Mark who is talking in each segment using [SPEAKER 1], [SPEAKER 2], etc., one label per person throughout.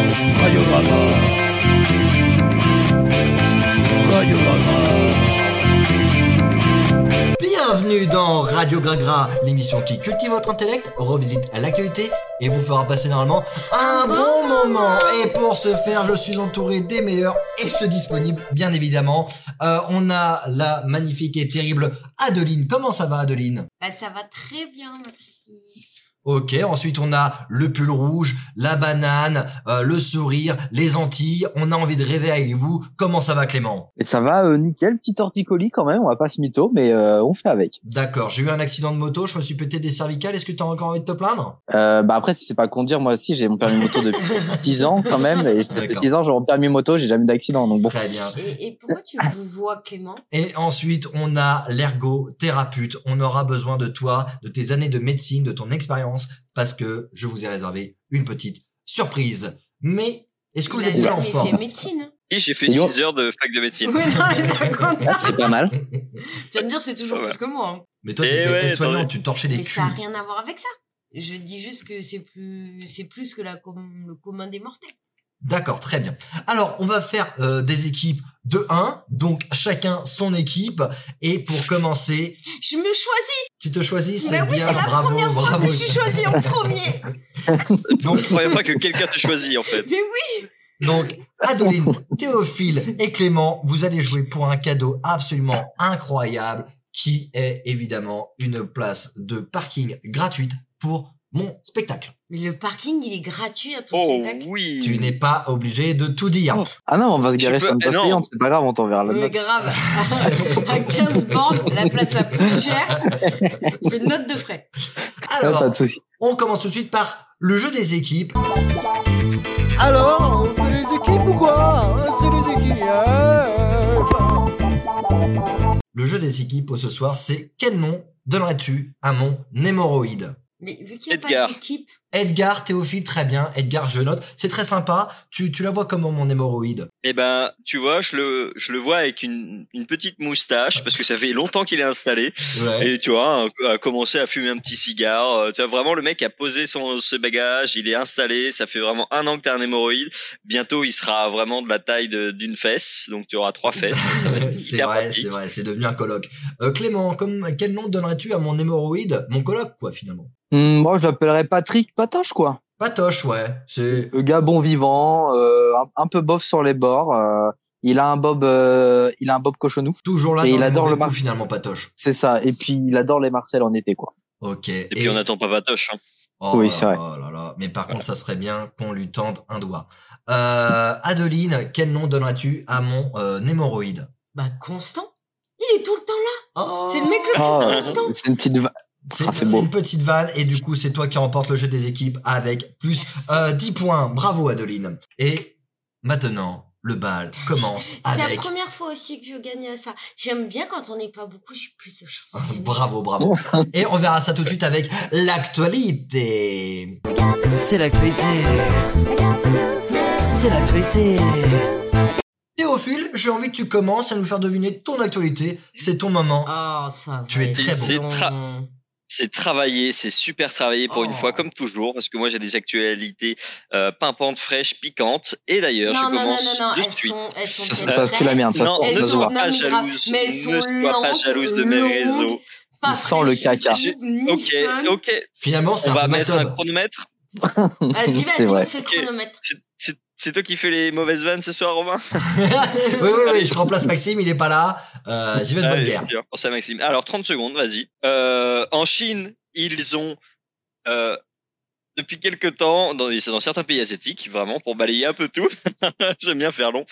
[SPEAKER 1] よかなよかよかな
[SPEAKER 2] Bienvenue dans Radio Gragra, l'émission qui cultive votre intellect, revisite l'actualité et vous fera passer normalement un bon moment. Et pour ce faire, je suis entouré des meilleurs et ceux disponibles, bien évidemment. Euh, on a la magnifique et terrible Adeline. Comment ça va, Adeline
[SPEAKER 3] Bah, ça va très bien, merci.
[SPEAKER 2] Ok, ensuite on a le pull rouge, la banane, euh, le sourire, les Antilles. On a envie de rêver avec vous. Comment ça va, Clément
[SPEAKER 4] Et ça va, euh, nickel, petit torticolis quand même, on va pas se mytho, mais euh, on fait avec.
[SPEAKER 2] D'accord, j'ai eu un accident de moto, je me suis pété des cervicales, est-ce que t'as encore envie de te plaindre
[SPEAKER 4] Euh, bah après, si c'est pas conduire, moi aussi, j'ai mon permis moto depuis 10 ans quand même, et ça fait
[SPEAKER 2] D'accord.
[SPEAKER 4] 6 ans, j'ai mon permis moto, j'ai jamais eu d'accident, donc bon.
[SPEAKER 2] Très bien.
[SPEAKER 3] Et, et pourquoi tu vous vois, Clément
[SPEAKER 2] Et ensuite, on a l'ergothérapeute. On aura besoin de toi, de tes années de médecine, de ton expérience, parce que je vous ai réservé une petite surprise. Mais est-ce que vous
[SPEAKER 3] Il a
[SPEAKER 2] êtes déjà en
[SPEAKER 3] jamais
[SPEAKER 2] forme
[SPEAKER 3] fait médecine. hein.
[SPEAKER 5] Et j'ai fait
[SPEAKER 4] Et on-
[SPEAKER 5] 6 heures de fac de médecine.
[SPEAKER 3] Oui, non, mais ça compte.
[SPEAKER 4] Ah, c'est pas mal.
[SPEAKER 3] Tu vas me dire, c'est toujours
[SPEAKER 5] Voilà.
[SPEAKER 3] plus que moi. hein.
[SPEAKER 2] Mais toi,
[SPEAKER 5] Eh
[SPEAKER 2] t'étais
[SPEAKER 5] ouais,
[SPEAKER 2] aide-soignant,
[SPEAKER 5] attendez.
[SPEAKER 2] tu torchais des
[SPEAKER 3] Mais
[SPEAKER 2] culs.
[SPEAKER 3] ça n'a rien à voir avec ça. Je dis juste que c'est plus, c'est plus que la com- le commun des mortels.
[SPEAKER 2] D'accord, très bien. Alors, on va faire euh, des équipes de 1, donc chacun son équipe. Et pour commencer,
[SPEAKER 3] Je me choisis.
[SPEAKER 2] tu te choisis,
[SPEAKER 3] Mais
[SPEAKER 2] c'est
[SPEAKER 3] oui, c'est
[SPEAKER 2] bien,
[SPEAKER 3] la
[SPEAKER 2] bravo,
[SPEAKER 3] première
[SPEAKER 2] bravo.
[SPEAKER 3] fois que je suis choisie en premier.
[SPEAKER 2] Donc,
[SPEAKER 5] Je croyais pas que quelqu'un te choisit en fait.
[SPEAKER 3] Mais oui.
[SPEAKER 2] Donc, Adeline, Théophile et Clément, vous allez jouer pour un cadeau absolument incroyable qui est évidemment une place de parking gratuite pour mon spectacle.
[SPEAKER 3] Mais le parking, il est gratuit à ton
[SPEAKER 5] Oh
[SPEAKER 3] spectacle.
[SPEAKER 5] oui.
[SPEAKER 2] Tu n'es pas obligé de tout dire.
[SPEAKER 4] Ah non, on va se garer
[SPEAKER 5] Tu
[SPEAKER 4] sur une
[SPEAKER 5] peux-
[SPEAKER 4] place
[SPEAKER 5] eh non. Euh,
[SPEAKER 4] payante, c'est pas grave, on t'enverra la
[SPEAKER 3] Mais
[SPEAKER 4] note.
[SPEAKER 3] grave. à 15 bornes, la place la plus chère. Je fais note de frais.
[SPEAKER 5] eh
[SPEAKER 4] Ah, pas
[SPEAKER 2] Alors,
[SPEAKER 4] de souci.
[SPEAKER 2] on commence tout de suite par le jeu des équipes.
[SPEAKER 6] Alors, c'est les équipes ou quoi Hein, C'est les équipes
[SPEAKER 2] Le jeu des équipes pour ce soir, c'est quel nom donnerais-tu à mon hémorroïde
[SPEAKER 3] Mais vu qu'il n'y a
[SPEAKER 5] Edgar.
[SPEAKER 3] pas d'équipe,
[SPEAKER 2] Edgar, Théophile, très bien. Edgar, je note. C'est très sympa. Tu, tu la vois comment mon hémorroïde
[SPEAKER 5] Eh ben, tu vois, je le, je le vois avec une, une petite moustache parce que ça fait longtemps qu'il est installé.
[SPEAKER 2] Ouais.
[SPEAKER 5] Et tu vois, a- a commencé à fumer un petit cigare. Euh, Tu vois, vraiment, le mec a posé son, ce bagage, il est installé. Ça fait vraiment un an que t'as un hémorroïde. Bientôt, il sera vraiment de la taille de- d'une fesse. Donc, tu auras trois fesses. Ça va être
[SPEAKER 2] c'est
[SPEAKER 5] hyper
[SPEAKER 2] vrai,
[SPEAKER 5] pratique.
[SPEAKER 2] c'est vrai, c'est devenu un colloque. Euh, Clément, comme, quel nom donnerais-tu à mon hémorroïde Mon colloque, quoi, finalement.
[SPEAKER 4] Hmm, moi, je l'appellerais Patrick Patoche, quoi.
[SPEAKER 2] Patoche, ouais. C'est.
[SPEAKER 4] Le gars bon vivant, euh, un, un peu bof sur les bords. euh, il a un bob, euh, il a un bob cochonou,
[SPEAKER 2] Toujours là,
[SPEAKER 4] Et
[SPEAKER 2] dans
[SPEAKER 4] il adore
[SPEAKER 2] mauvais
[SPEAKER 4] le
[SPEAKER 2] goût,
[SPEAKER 4] mar-
[SPEAKER 2] finalement, Patoche.
[SPEAKER 4] c'est ça. Et puis, il adore les Marcel en été, quoi.
[SPEAKER 2] Ok.
[SPEAKER 5] Et puis, on attend pas Vatoche. Hein.
[SPEAKER 2] Oh
[SPEAKER 4] Oui,
[SPEAKER 2] là
[SPEAKER 4] c'est vrai.
[SPEAKER 2] là là là. Mais par contre, ça serait bien qu'on lui tende un doigt. Euh, Adeline, quel nom donnerais-tu à mon euh, hémorroïde
[SPEAKER 3] bah, Constant. Il est tout le temps là.
[SPEAKER 2] Oh
[SPEAKER 3] C'est le mec le plus
[SPEAKER 4] Ah, euh,
[SPEAKER 3] constant.
[SPEAKER 4] c'est une petite. va-
[SPEAKER 2] C'est
[SPEAKER 4] Ah, c'est
[SPEAKER 2] c'est
[SPEAKER 4] beau.
[SPEAKER 2] une petite vanne et du coup c'est toi qui remporte le jeu des équipes avec plus euh, 10 points. Bravo Adeline. Et maintenant, le bal commence
[SPEAKER 3] C'est
[SPEAKER 2] avec
[SPEAKER 3] la première fois aussi que je gagne à ça. J'aime bien quand on n'est pas beaucoup, j'ai plus de
[SPEAKER 2] Ah,
[SPEAKER 3] chance. de gagner.
[SPEAKER 2] Bravo, bravo. Et on verra ça tout de suite avec l'actualité.
[SPEAKER 6] C'est l'actualité. C'est l'actualité.
[SPEAKER 2] Théophile, j'ai envie que tu commences à nous faire deviner ton actualité. C'est ton moment.
[SPEAKER 3] Oh, ça va.
[SPEAKER 2] Tu es
[SPEAKER 3] être
[SPEAKER 2] très
[SPEAKER 5] C'est
[SPEAKER 3] long.
[SPEAKER 5] C'est travaillé, c'est super travaillé pour une
[SPEAKER 3] Oh.
[SPEAKER 5] fois, comme toujours, parce que moi j'ai des actualités euh, pimpantes, fraîches, piquantes. Et d'ailleurs, je
[SPEAKER 3] Non, non, non, non,
[SPEAKER 5] commence
[SPEAKER 3] non,
[SPEAKER 5] de
[SPEAKER 3] elles
[SPEAKER 5] suite.
[SPEAKER 3] sont, elles sont très
[SPEAKER 4] Ça, ça fout la
[SPEAKER 3] fraîches.
[SPEAKER 4] merde, Ah, ça,
[SPEAKER 5] non,
[SPEAKER 4] se-
[SPEAKER 3] elles
[SPEAKER 4] ça
[SPEAKER 5] ne
[SPEAKER 4] se
[SPEAKER 3] ont
[SPEAKER 4] voit.
[SPEAKER 5] sois
[SPEAKER 3] un
[SPEAKER 5] pas
[SPEAKER 3] amour
[SPEAKER 5] jalouse,
[SPEAKER 3] grave, mais elles sont
[SPEAKER 5] ne sois pas
[SPEAKER 3] lentes,
[SPEAKER 5] jalouse de mes
[SPEAKER 3] longues.
[SPEAKER 5] réseaux.
[SPEAKER 3] Pas
[SPEAKER 4] On sent le
[SPEAKER 3] fraîches du
[SPEAKER 4] caca.
[SPEAKER 3] tout, ni
[SPEAKER 5] Ok,
[SPEAKER 3] fun.
[SPEAKER 5] ok,
[SPEAKER 2] Finalement, c'est
[SPEAKER 5] on
[SPEAKER 2] un
[SPEAKER 5] va
[SPEAKER 2] peu ma
[SPEAKER 5] mettre
[SPEAKER 2] teub.
[SPEAKER 5] un chronomètre.
[SPEAKER 3] Vas-y,
[SPEAKER 4] C'est
[SPEAKER 3] vas-y,
[SPEAKER 4] vrai.
[SPEAKER 3] on fait le chronomètre.
[SPEAKER 5] C'est- c'est- C'est toi qui fais les mauvaises vannes ce soir, Romain
[SPEAKER 2] oui, oui, oui, je remplace Maxime, il est pas là. Euh, J'y vais de bonne
[SPEAKER 5] Allez,
[SPEAKER 2] guerre.
[SPEAKER 5] tiens, pour ça, Maxime. Alors, 30 secondes, vas-y. Euh, en Chine, ils ont, euh, depuis quelque temps, dans, c'est dans certains pays asiatiques, vraiment, pour balayer un peu tout, j'aime bien faire long,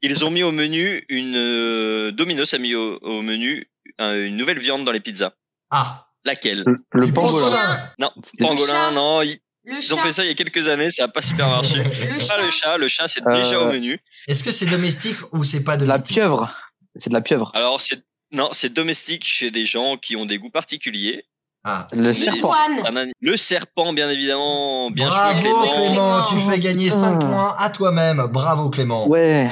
[SPEAKER 5] ils ont mis au menu une... euh, Domino's a mis au, au menu un- une nouvelle viande dans les pizzas.
[SPEAKER 2] Ah,
[SPEAKER 5] Laquelle
[SPEAKER 4] Le, le
[SPEAKER 2] du
[SPEAKER 4] pangolin.
[SPEAKER 2] pangolin.
[SPEAKER 5] Non,
[SPEAKER 4] Le
[SPEAKER 5] pangolin,
[SPEAKER 3] chat.
[SPEAKER 5] non. Ils,
[SPEAKER 3] Le
[SPEAKER 5] ils ont
[SPEAKER 3] chat,
[SPEAKER 5] fait ça il y a quelques années, ça n'a pas super marché.
[SPEAKER 3] le
[SPEAKER 5] Pas le
[SPEAKER 3] chat.
[SPEAKER 5] chat, le chat, c'est
[SPEAKER 4] Euh,
[SPEAKER 5] déjà au menu.
[SPEAKER 2] Est-ce que c'est domestique ou c'est pas
[SPEAKER 4] De la
[SPEAKER 2] domestique
[SPEAKER 4] pieuvre. C'est de la pieuvre.
[SPEAKER 5] Alors, c'est... Non, c'est domestique chez des gens qui ont des goûts particuliers.
[SPEAKER 2] Ah.
[SPEAKER 4] Le
[SPEAKER 5] c'est-
[SPEAKER 4] serpent.
[SPEAKER 3] Iguane.
[SPEAKER 5] Un an- Le serpent, bien évidemment, bien
[SPEAKER 2] Bravo
[SPEAKER 5] joué Clément.
[SPEAKER 2] Clément, tu
[SPEAKER 4] Clément.
[SPEAKER 2] fais gagner 5
[SPEAKER 4] Ah.
[SPEAKER 2] points à toi-même. Bravo Clément.
[SPEAKER 4] Ouais.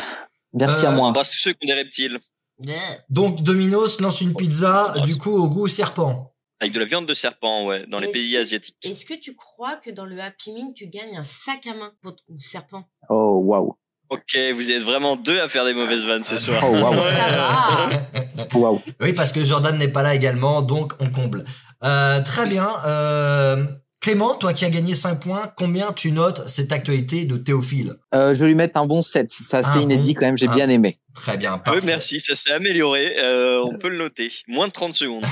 [SPEAKER 4] Merci
[SPEAKER 2] Euh,
[SPEAKER 4] à
[SPEAKER 5] On
[SPEAKER 4] moi.
[SPEAKER 5] embrasse tous ceux qui ont des reptiles.
[SPEAKER 3] Bleh.
[SPEAKER 2] Donc Domino's lance une pizza,
[SPEAKER 5] Oh,
[SPEAKER 2] du coup au goût serpent.
[SPEAKER 5] Avec de la viande de serpent, ouais, dans les
[SPEAKER 3] Est-ce
[SPEAKER 5] pays
[SPEAKER 3] que-
[SPEAKER 5] asiatiques.
[SPEAKER 3] Est-ce que tu crois que dans le Happy Meal, tu gagnes un sac à main pour ton serpent
[SPEAKER 4] Oh, waouh.
[SPEAKER 5] Ok, vous êtes vraiment deux à faire des mauvaises vannes ce soir.
[SPEAKER 4] Oh, waouh.
[SPEAKER 3] Ça va
[SPEAKER 4] Waouh.
[SPEAKER 2] Oui, parce que Jordan n'est pas là également, donc on comble. Euh, très bien. Euh, Clément, toi qui as gagné 5 points, combien tu notes cette actualité de Théophile
[SPEAKER 4] Euh, je vais lui mettre un bon 7. Ça,
[SPEAKER 2] Un
[SPEAKER 4] c'est inédit
[SPEAKER 2] bon-
[SPEAKER 4] quand même. J'ai
[SPEAKER 2] un-
[SPEAKER 4] bien aimé.
[SPEAKER 2] Très bien, Ah, parfait.
[SPEAKER 5] Ah Oui, merci, ça s'est amélioré. euh, on peut le noter. Moins de 30 secondes.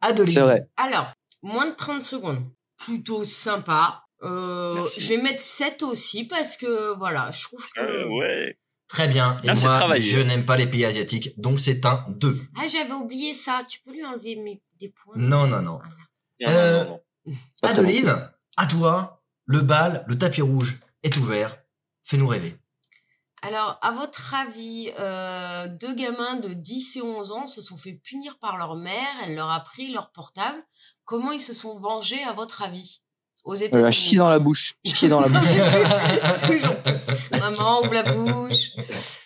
[SPEAKER 2] Adeline.
[SPEAKER 4] C'est vrai.
[SPEAKER 3] Alors, moins de 30 secondes. Plutôt sympa. Euh,
[SPEAKER 5] Merci.
[SPEAKER 3] je vais mettre 7 aussi parce que voilà, je trouve
[SPEAKER 2] Ah,
[SPEAKER 3] que.
[SPEAKER 5] Euh, ouais.
[SPEAKER 2] Très bien. Et
[SPEAKER 5] Ah, c'est
[SPEAKER 2] moi,
[SPEAKER 5] travaillé.
[SPEAKER 2] je n'aime pas les pays asiatiques, donc c'est un 2.
[SPEAKER 3] Ah, j'avais oublié ça. Tu peux lui enlever mes... des points
[SPEAKER 2] Non, non, non.
[SPEAKER 5] Non,
[SPEAKER 2] Euh,
[SPEAKER 5] non, non, non.
[SPEAKER 4] Pas tellement.
[SPEAKER 2] Adeline, à toi, le bal, le tapis rouge est ouvert. Fais-nous rêver.
[SPEAKER 3] Alors, à votre avis, euh, deux gamins de 10 et 11 ans se sont fait punir par leur mère, elle leur a pris leur portable. Comment ils se sont vengés, à votre avis Aux
[SPEAKER 4] Euh,
[SPEAKER 3] États-Unis
[SPEAKER 4] à chier dans la bouche. Chier dans la bouche.
[SPEAKER 3] Toujours plus. Maman, ouvre la bouche.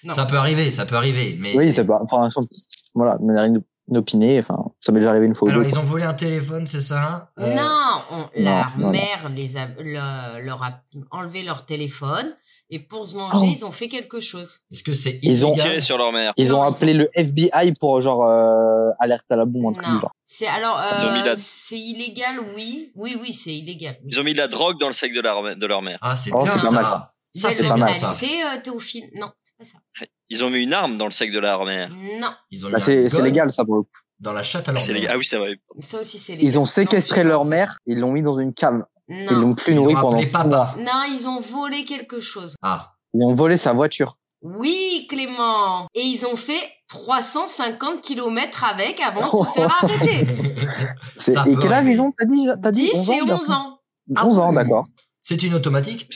[SPEAKER 3] Non.
[SPEAKER 2] Ça peut arriver, ça peut arriver, mais.
[SPEAKER 4] Oui, ça va. Enfin, sur- voilà, de manière ino- inopinée. Enfin, ça m'est déjà arrivé une fois. ou
[SPEAKER 2] Alors,
[SPEAKER 4] deux,
[SPEAKER 2] ils ont volé un téléphone, c'est ça Euh,
[SPEAKER 3] non, on- leur
[SPEAKER 4] non, non.
[SPEAKER 3] mère Les a, le- leur a enlevé leur téléphone et pour se venger,
[SPEAKER 4] Oh.
[SPEAKER 3] ils ont fait quelque chose.
[SPEAKER 2] Est-ce que c'est
[SPEAKER 4] Ils ont-
[SPEAKER 2] illégal
[SPEAKER 5] Tirez sur leur mère.
[SPEAKER 4] Ils ont
[SPEAKER 3] Non,
[SPEAKER 4] appelé le FBI pour genre euh, alerte à la bombe, un truc du
[SPEAKER 3] Non.
[SPEAKER 4] genre.
[SPEAKER 3] C'est alors
[SPEAKER 5] Ils ont mis
[SPEAKER 3] euh,
[SPEAKER 5] la-
[SPEAKER 3] c'est illégal, oui, oui, oui, c'est illégal. oui.
[SPEAKER 5] Ils ont mis de la drogue dans le sac de leur, de leur mère.
[SPEAKER 2] Ah, c'est
[SPEAKER 4] Oh,
[SPEAKER 2] bien
[SPEAKER 4] c'est pas
[SPEAKER 2] ça.
[SPEAKER 4] mal,
[SPEAKER 2] Ça,
[SPEAKER 3] Mais
[SPEAKER 2] c'est
[SPEAKER 3] le
[SPEAKER 4] pas
[SPEAKER 2] bien
[SPEAKER 4] mal.
[SPEAKER 2] ça.
[SPEAKER 3] réalité, euh, Théophile, non, c'est pas ça.
[SPEAKER 5] Ils ont mis une arme dans le sac de leur mère.
[SPEAKER 3] Non,
[SPEAKER 2] Ils ont mis
[SPEAKER 4] Bah,
[SPEAKER 2] un
[SPEAKER 4] c'est c'est
[SPEAKER 2] gun
[SPEAKER 4] légal ça pour le coup.
[SPEAKER 2] Dans la chatte
[SPEAKER 5] Ah,
[SPEAKER 2] à leur
[SPEAKER 5] c'est les-
[SPEAKER 2] mère.
[SPEAKER 5] ah oui, c'est vrai.
[SPEAKER 3] ça aussi c'est légal.
[SPEAKER 4] Ils ont
[SPEAKER 3] Non,
[SPEAKER 4] séquestré
[SPEAKER 3] je-
[SPEAKER 4] leur mère, ils l'ont mis dans une cave. Ils
[SPEAKER 3] Non,
[SPEAKER 4] l'ont plus
[SPEAKER 2] Ils l'ont
[SPEAKER 4] nourrie pendant
[SPEAKER 2] appelé
[SPEAKER 4] six
[SPEAKER 2] papa.
[SPEAKER 4] mois.
[SPEAKER 3] non, ils ont volé quelque chose.
[SPEAKER 2] Ah,
[SPEAKER 4] Ils ont volé sa voiture.
[SPEAKER 3] Oui, Clément. Et ils ont fait 350 kilomètres avec avant de se faire arrêter.
[SPEAKER 2] Ah.
[SPEAKER 4] C'est-
[SPEAKER 2] Ça
[SPEAKER 4] Et
[SPEAKER 2] peut
[SPEAKER 4] quel âge
[SPEAKER 2] arriver.
[SPEAKER 4] ils ont T'as dit, t'as dit
[SPEAKER 3] 10 et
[SPEAKER 4] d'accord.
[SPEAKER 3] 11 ans.
[SPEAKER 4] 11
[SPEAKER 2] Ah
[SPEAKER 4] ans,
[SPEAKER 2] oui.
[SPEAKER 4] d'accord.
[SPEAKER 2] c'est une automatique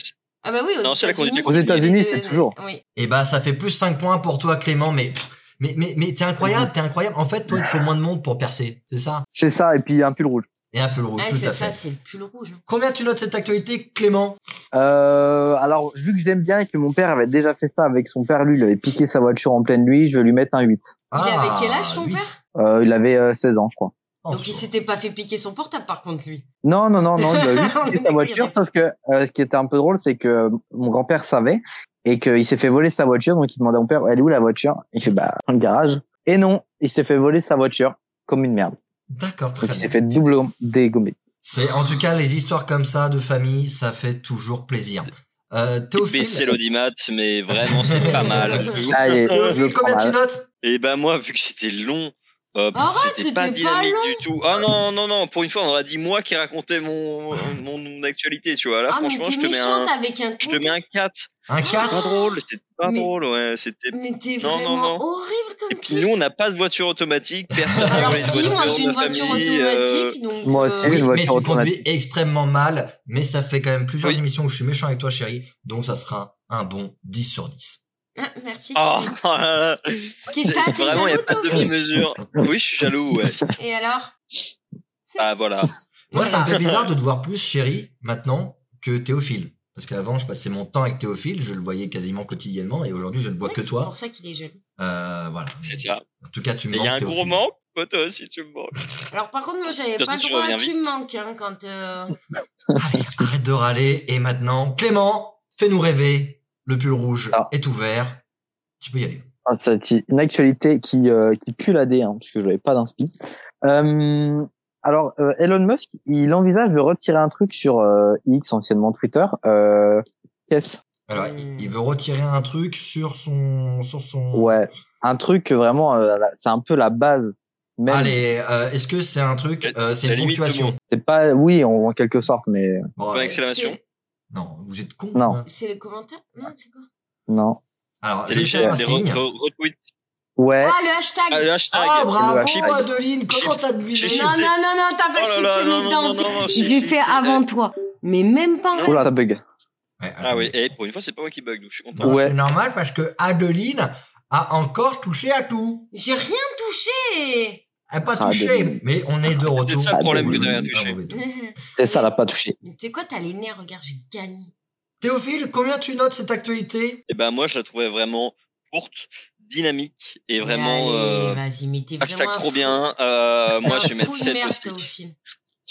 [SPEAKER 3] Ah bah oui, aux
[SPEAKER 5] Non, c'est la
[SPEAKER 3] États-Unis,
[SPEAKER 5] conduite
[SPEAKER 4] Aux États-Unis,
[SPEAKER 3] les-
[SPEAKER 4] c'est toujours.
[SPEAKER 3] Oui.
[SPEAKER 2] Eh bah, ça fait plus 5 points pour toi, Clément, mais. pff, Mais, mais, mais t'es incroyable, t'es incroyable. En fait, toi, il te faut moins de monde pour percer, c'est ça
[SPEAKER 4] C'est ça, et puis un pull rouge.
[SPEAKER 2] Et un peu le rouge,
[SPEAKER 3] Ah,
[SPEAKER 2] tout
[SPEAKER 3] c'est
[SPEAKER 2] à
[SPEAKER 3] ça,
[SPEAKER 2] fait.
[SPEAKER 3] c'est le pull rouge. hein.
[SPEAKER 2] Combien tu notes cette actualité, Clément
[SPEAKER 4] Euh, alors, vu que je l'aime bien et que mon père avait déjà fait ça avec son père, lui, il avait piqué sa voiture en pleine nuit, je vais lui mettre un 8.
[SPEAKER 3] Il avait quel âge ton
[SPEAKER 2] Ah, huit.
[SPEAKER 3] père
[SPEAKER 4] Euh, il avait euh, 16 ans, je crois.
[SPEAKER 2] Oh,
[SPEAKER 3] Donc il s'était pas fait piquer son portable par contre lui.
[SPEAKER 4] Non, non, non, non, il a juste
[SPEAKER 3] On
[SPEAKER 4] piqué
[SPEAKER 3] est
[SPEAKER 4] sa voiture,
[SPEAKER 3] d'accord.
[SPEAKER 4] sauf que euh, ce qui était un peu drôle, c'est que euh, mon grand-père savait et qu'il s'est fait voler sa voiture, donc il demandait à mon père, elle est où la voiture Il fait, bah, dans le garage. Et non, il s'est fait voler sa voiture comme une merde.
[SPEAKER 2] D'accord, très
[SPEAKER 4] Donc il s'est
[SPEAKER 2] bien.
[SPEAKER 4] fait double dégommer.
[SPEAKER 2] C'est en tout cas les histoires comme ça de famille, ça fait toujours plaisir. Euh, Théophile,
[SPEAKER 5] Baissez l'audimat, mais vraiment, c'est pas mal. Euh,
[SPEAKER 4] Ça y est, je
[SPEAKER 2] Théophile,
[SPEAKER 4] le prends
[SPEAKER 2] combien tu
[SPEAKER 4] mal.
[SPEAKER 2] notes
[SPEAKER 5] Et ben moi, vu que c'était long, euh, puis
[SPEAKER 3] Arrête,
[SPEAKER 5] que c'était
[SPEAKER 3] c'était
[SPEAKER 5] pas
[SPEAKER 3] pas
[SPEAKER 5] dynamique
[SPEAKER 3] long.
[SPEAKER 5] du tout. Ah non, non, non, pour une fois, on aurait dit moi qui racontais mon, mon, mon actualité, tu vois. Là,
[SPEAKER 3] ah mais
[SPEAKER 5] franchement,
[SPEAKER 3] t'es
[SPEAKER 5] je te, mets
[SPEAKER 3] méchante
[SPEAKER 5] un,
[SPEAKER 3] avec un
[SPEAKER 5] je te mets
[SPEAKER 3] compte.
[SPEAKER 5] un 4.
[SPEAKER 2] Un
[SPEAKER 5] C'était pas
[SPEAKER 2] 4
[SPEAKER 5] drôle, c'était pas
[SPEAKER 3] Ah. Mais-
[SPEAKER 5] drôle, ouais. C'était...
[SPEAKER 3] Mais t'es
[SPEAKER 5] Non, non,
[SPEAKER 3] vraiment
[SPEAKER 5] non.
[SPEAKER 3] horrible
[SPEAKER 5] Et
[SPEAKER 3] comme
[SPEAKER 5] puis
[SPEAKER 3] type.
[SPEAKER 5] nous, on n'a pas de voiture automatique, personne n'a
[SPEAKER 3] Alors
[SPEAKER 5] une
[SPEAKER 3] si, moi j'ai une
[SPEAKER 5] de
[SPEAKER 3] voiture
[SPEAKER 5] famille, euh,
[SPEAKER 3] automatique, donc.
[SPEAKER 4] Moi
[SPEAKER 3] euh,
[SPEAKER 2] Oui,
[SPEAKER 4] aussi, une
[SPEAKER 2] mais tu
[SPEAKER 4] voiture
[SPEAKER 2] conduis
[SPEAKER 4] automatique.
[SPEAKER 2] extrêmement mal, mais ça fait quand même plusieurs
[SPEAKER 5] Oui.
[SPEAKER 2] émissions où je suis méchant avec toi, chérie, donc ça sera un bon 10 sur 10.
[SPEAKER 3] Ah, merci.
[SPEAKER 5] Ah, ah, ah,
[SPEAKER 3] Qu'est-ce que t'as T'es
[SPEAKER 5] vraiment, il n'y a
[SPEAKER 3] jaloux,
[SPEAKER 5] pas de
[SPEAKER 3] Théophile
[SPEAKER 5] demi-mesure. Oui, je suis jaloux, ouais.
[SPEAKER 3] Et alors
[SPEAKER 5] Ah, voilà.
[SPEAKER 2] Moi, ça me fait bizarre de te voir plus chérie maintenant que Théophile. Parce qu'avant, je passais mon temps avec Théophile, je le voyais quasiment quotidiennement, et aujourd'hui, je ne vois
[SPEAKER 3] Ouais,
[SPEAKER 2] que
[SPEAKER 3] c'est
[SPEAKER 2] toi.
[SPEAKER 3] pour ça qu'il est jaloux.
[SPEAKER 2] Euh, voilà.
[SPEAKER 5] C'est ça.
[SPEAKER 2] En tout cas, tu me
[SPEAKER 5] Et il
[SPEAKER 2] manques.
[SPEAKER 5] y a un
[SPEAKER 2] Théophile.
[SPEAKER 5] gros manque. Toi, toi aussi, tu me manques.
[SPEAKER 3] Alors par contre, moi j'avais
[SPEAKER 5] Surtout
[SPEAKER 3] pas
[SPEAKER 5] que
[SPEAKER 3] le
[SPEAKER 5] tu
[SPEAKER 3] droit à
[SPEAKER 5] reviens
[SPEAKER 3] tu me
[SPEAKER 5] vite.
[SPEAKER 3] manques hein, quand. euh,
[SPEAKER 2] Allez, arrête de râler. Et maintenant, Clément, fais-nous rêver. Le pull rouge
[SPEAKER 4] Ah.
[SPEAKER 2] est ouvert. Tu peux y aller.
[SPEAKER 4] Ah, c'est une actualité qui, euh, qui pue la D, hein, parce que je n'avais pas d'inspi. Euh, alors, euh, Elon Musk, il envisage de retirer un truc sur euh, X, anciennement Twitter. Euh, qu'est-ce
[SPEAKER 2] Alors,
[SPEAKER 3] Hmm.
[SPEAKER 2] il- il veut retirer un truc sur son, sur son.
[SPEAKER 4] Ouais, un truc que vraiment, euh, la- c'est un peu la base. Même,
[SPEAKER 2] Allez, euh, est-ce que c'est un truc,
[SPEAKER 5] La-
[SPEAKER 2] euh, c'est
[SPEAKER 5] la
[SPEAKER 2] une
[SPEAKER 5] limite de
[SPEAKER 2] ponctuation
[SPEAKER 4] c'est pas, oui, en, en quelque sorte, mais
[SPEAKER 2] Bon,
[SPEAKER 5] Point
[SPEAKER 2] euh,
[SPEAKER 5] d'exclamation.
[SPEAKER 3] c'est-
[SPEAKER 2] Non, vous êtes con. hein.
[SPEAKER 4] Non.
[SPEAKER 3] C'est le commentaire Non, c'est quoi
[SPEAKER 4] non.
[SPEAKER 2] Alors, je
[SPEAKER 5] Télécharge
[SPEAKER 2] vais faire Ah, un
[SPEAKER 5] des
[SPEAKER 2] signe.
[SPEAKER 5] re- re- retweets.
[SPEAKER 4] Ouais,
[SPEAKER 3] Ah, le hashtag
[SPEAKER 5] Ah, le hashtag.
[SPEAKER 2] Ah, bravo,
[SPEAKER 5] Chips.
[SPEAKER 2] Adeline, comment
[SPEAKER 5] Chips.
[SPEAKER 2] t'as deviné
[SPEAKER 5] Chips.
[SPEAKER 3] Non, non, non, non, t'as pas
[SPEAKER 5] Oh là là,
[SPEAKER 3] chips,
[SPEAKER 5] non,
[SPEAKER 3] mes
[SPEAKER 5] non, non,
[SPEAKER 3] dents.
[SPEAKER 5] non, non,
[SPEAKER 3] J'ai
[SPEAKER 5] chips,
[SPEAKER 3] fait
[SPEAKER 5] chips,
[SPEAKER 3] avant toi. Mais même pas
[SPEAKER 2] Ah,
[SPEAKER 3] en
[SPEAKER 4] oula, ça bug.
[SPEAKER 2] Ouais,
[SPEAKER 5] Ah oui,
[SPEAKER 2] attendez.
[SPEAKER 5] et pour une fois, c'est pas moi qui bug, donc je suis content.
[SPEAKER 2] Non,
[SPEAKER 4] Ouais.
[SPEAKER 2] C'est normal parce que Adeline a encore touché à tout.
[SPEAKER 3] J'ai rien touché.
[SPEAKER 2] Elle n'a pas
[SPEAKER 4] Ah,
[SPEAKER 2] touché,
[SPEAKER 4] Adeline.
[SPEAKER 2] mais on est de retour.
[SPEAKER 5] peut-être ça le
[SPEAKER 4] problème que
[SPEAKER 2] Vous
[SPEAKER 5] de rien
[SPEAKER 2] jouez
[SPEAKER 5] toucher.
[SPEAKER 2] un mauvais tour.
[SPEAKER 4] C'est ça, l'a pas touché.
[SPEAKER 3] Mais Tu sais quoi, t'as les nerfs, regarde, j'ai gagné.
[SPEAKER 2] Théophile, combien tu notes cette actualité
[SPEAKER 5] Eh Et ben moi, je la trouvais vraiment courte, dynamique et vraiment. euh,
[SPEAKER 3] vas-y, mais t'es
[SPEAKER 5] hashtag
[SPEAKER 3] vraiment un
[SPEAKER 5] trop
[SPEAKER 3] fou.
[SPEAKER 5] bien. Euh,
[SPEAKER 3] T'es
[SPEAKER 5] moi,
[SPEAKER 3] un
[SPEAKER 5] je vais mettre
[SPEAKER 3] fou de
[SPEAKER 5] 7
[SPEAKER 3] merde,
[SPEAKER 5] aussi. Ah,
[SPEAKER 3] Théophile.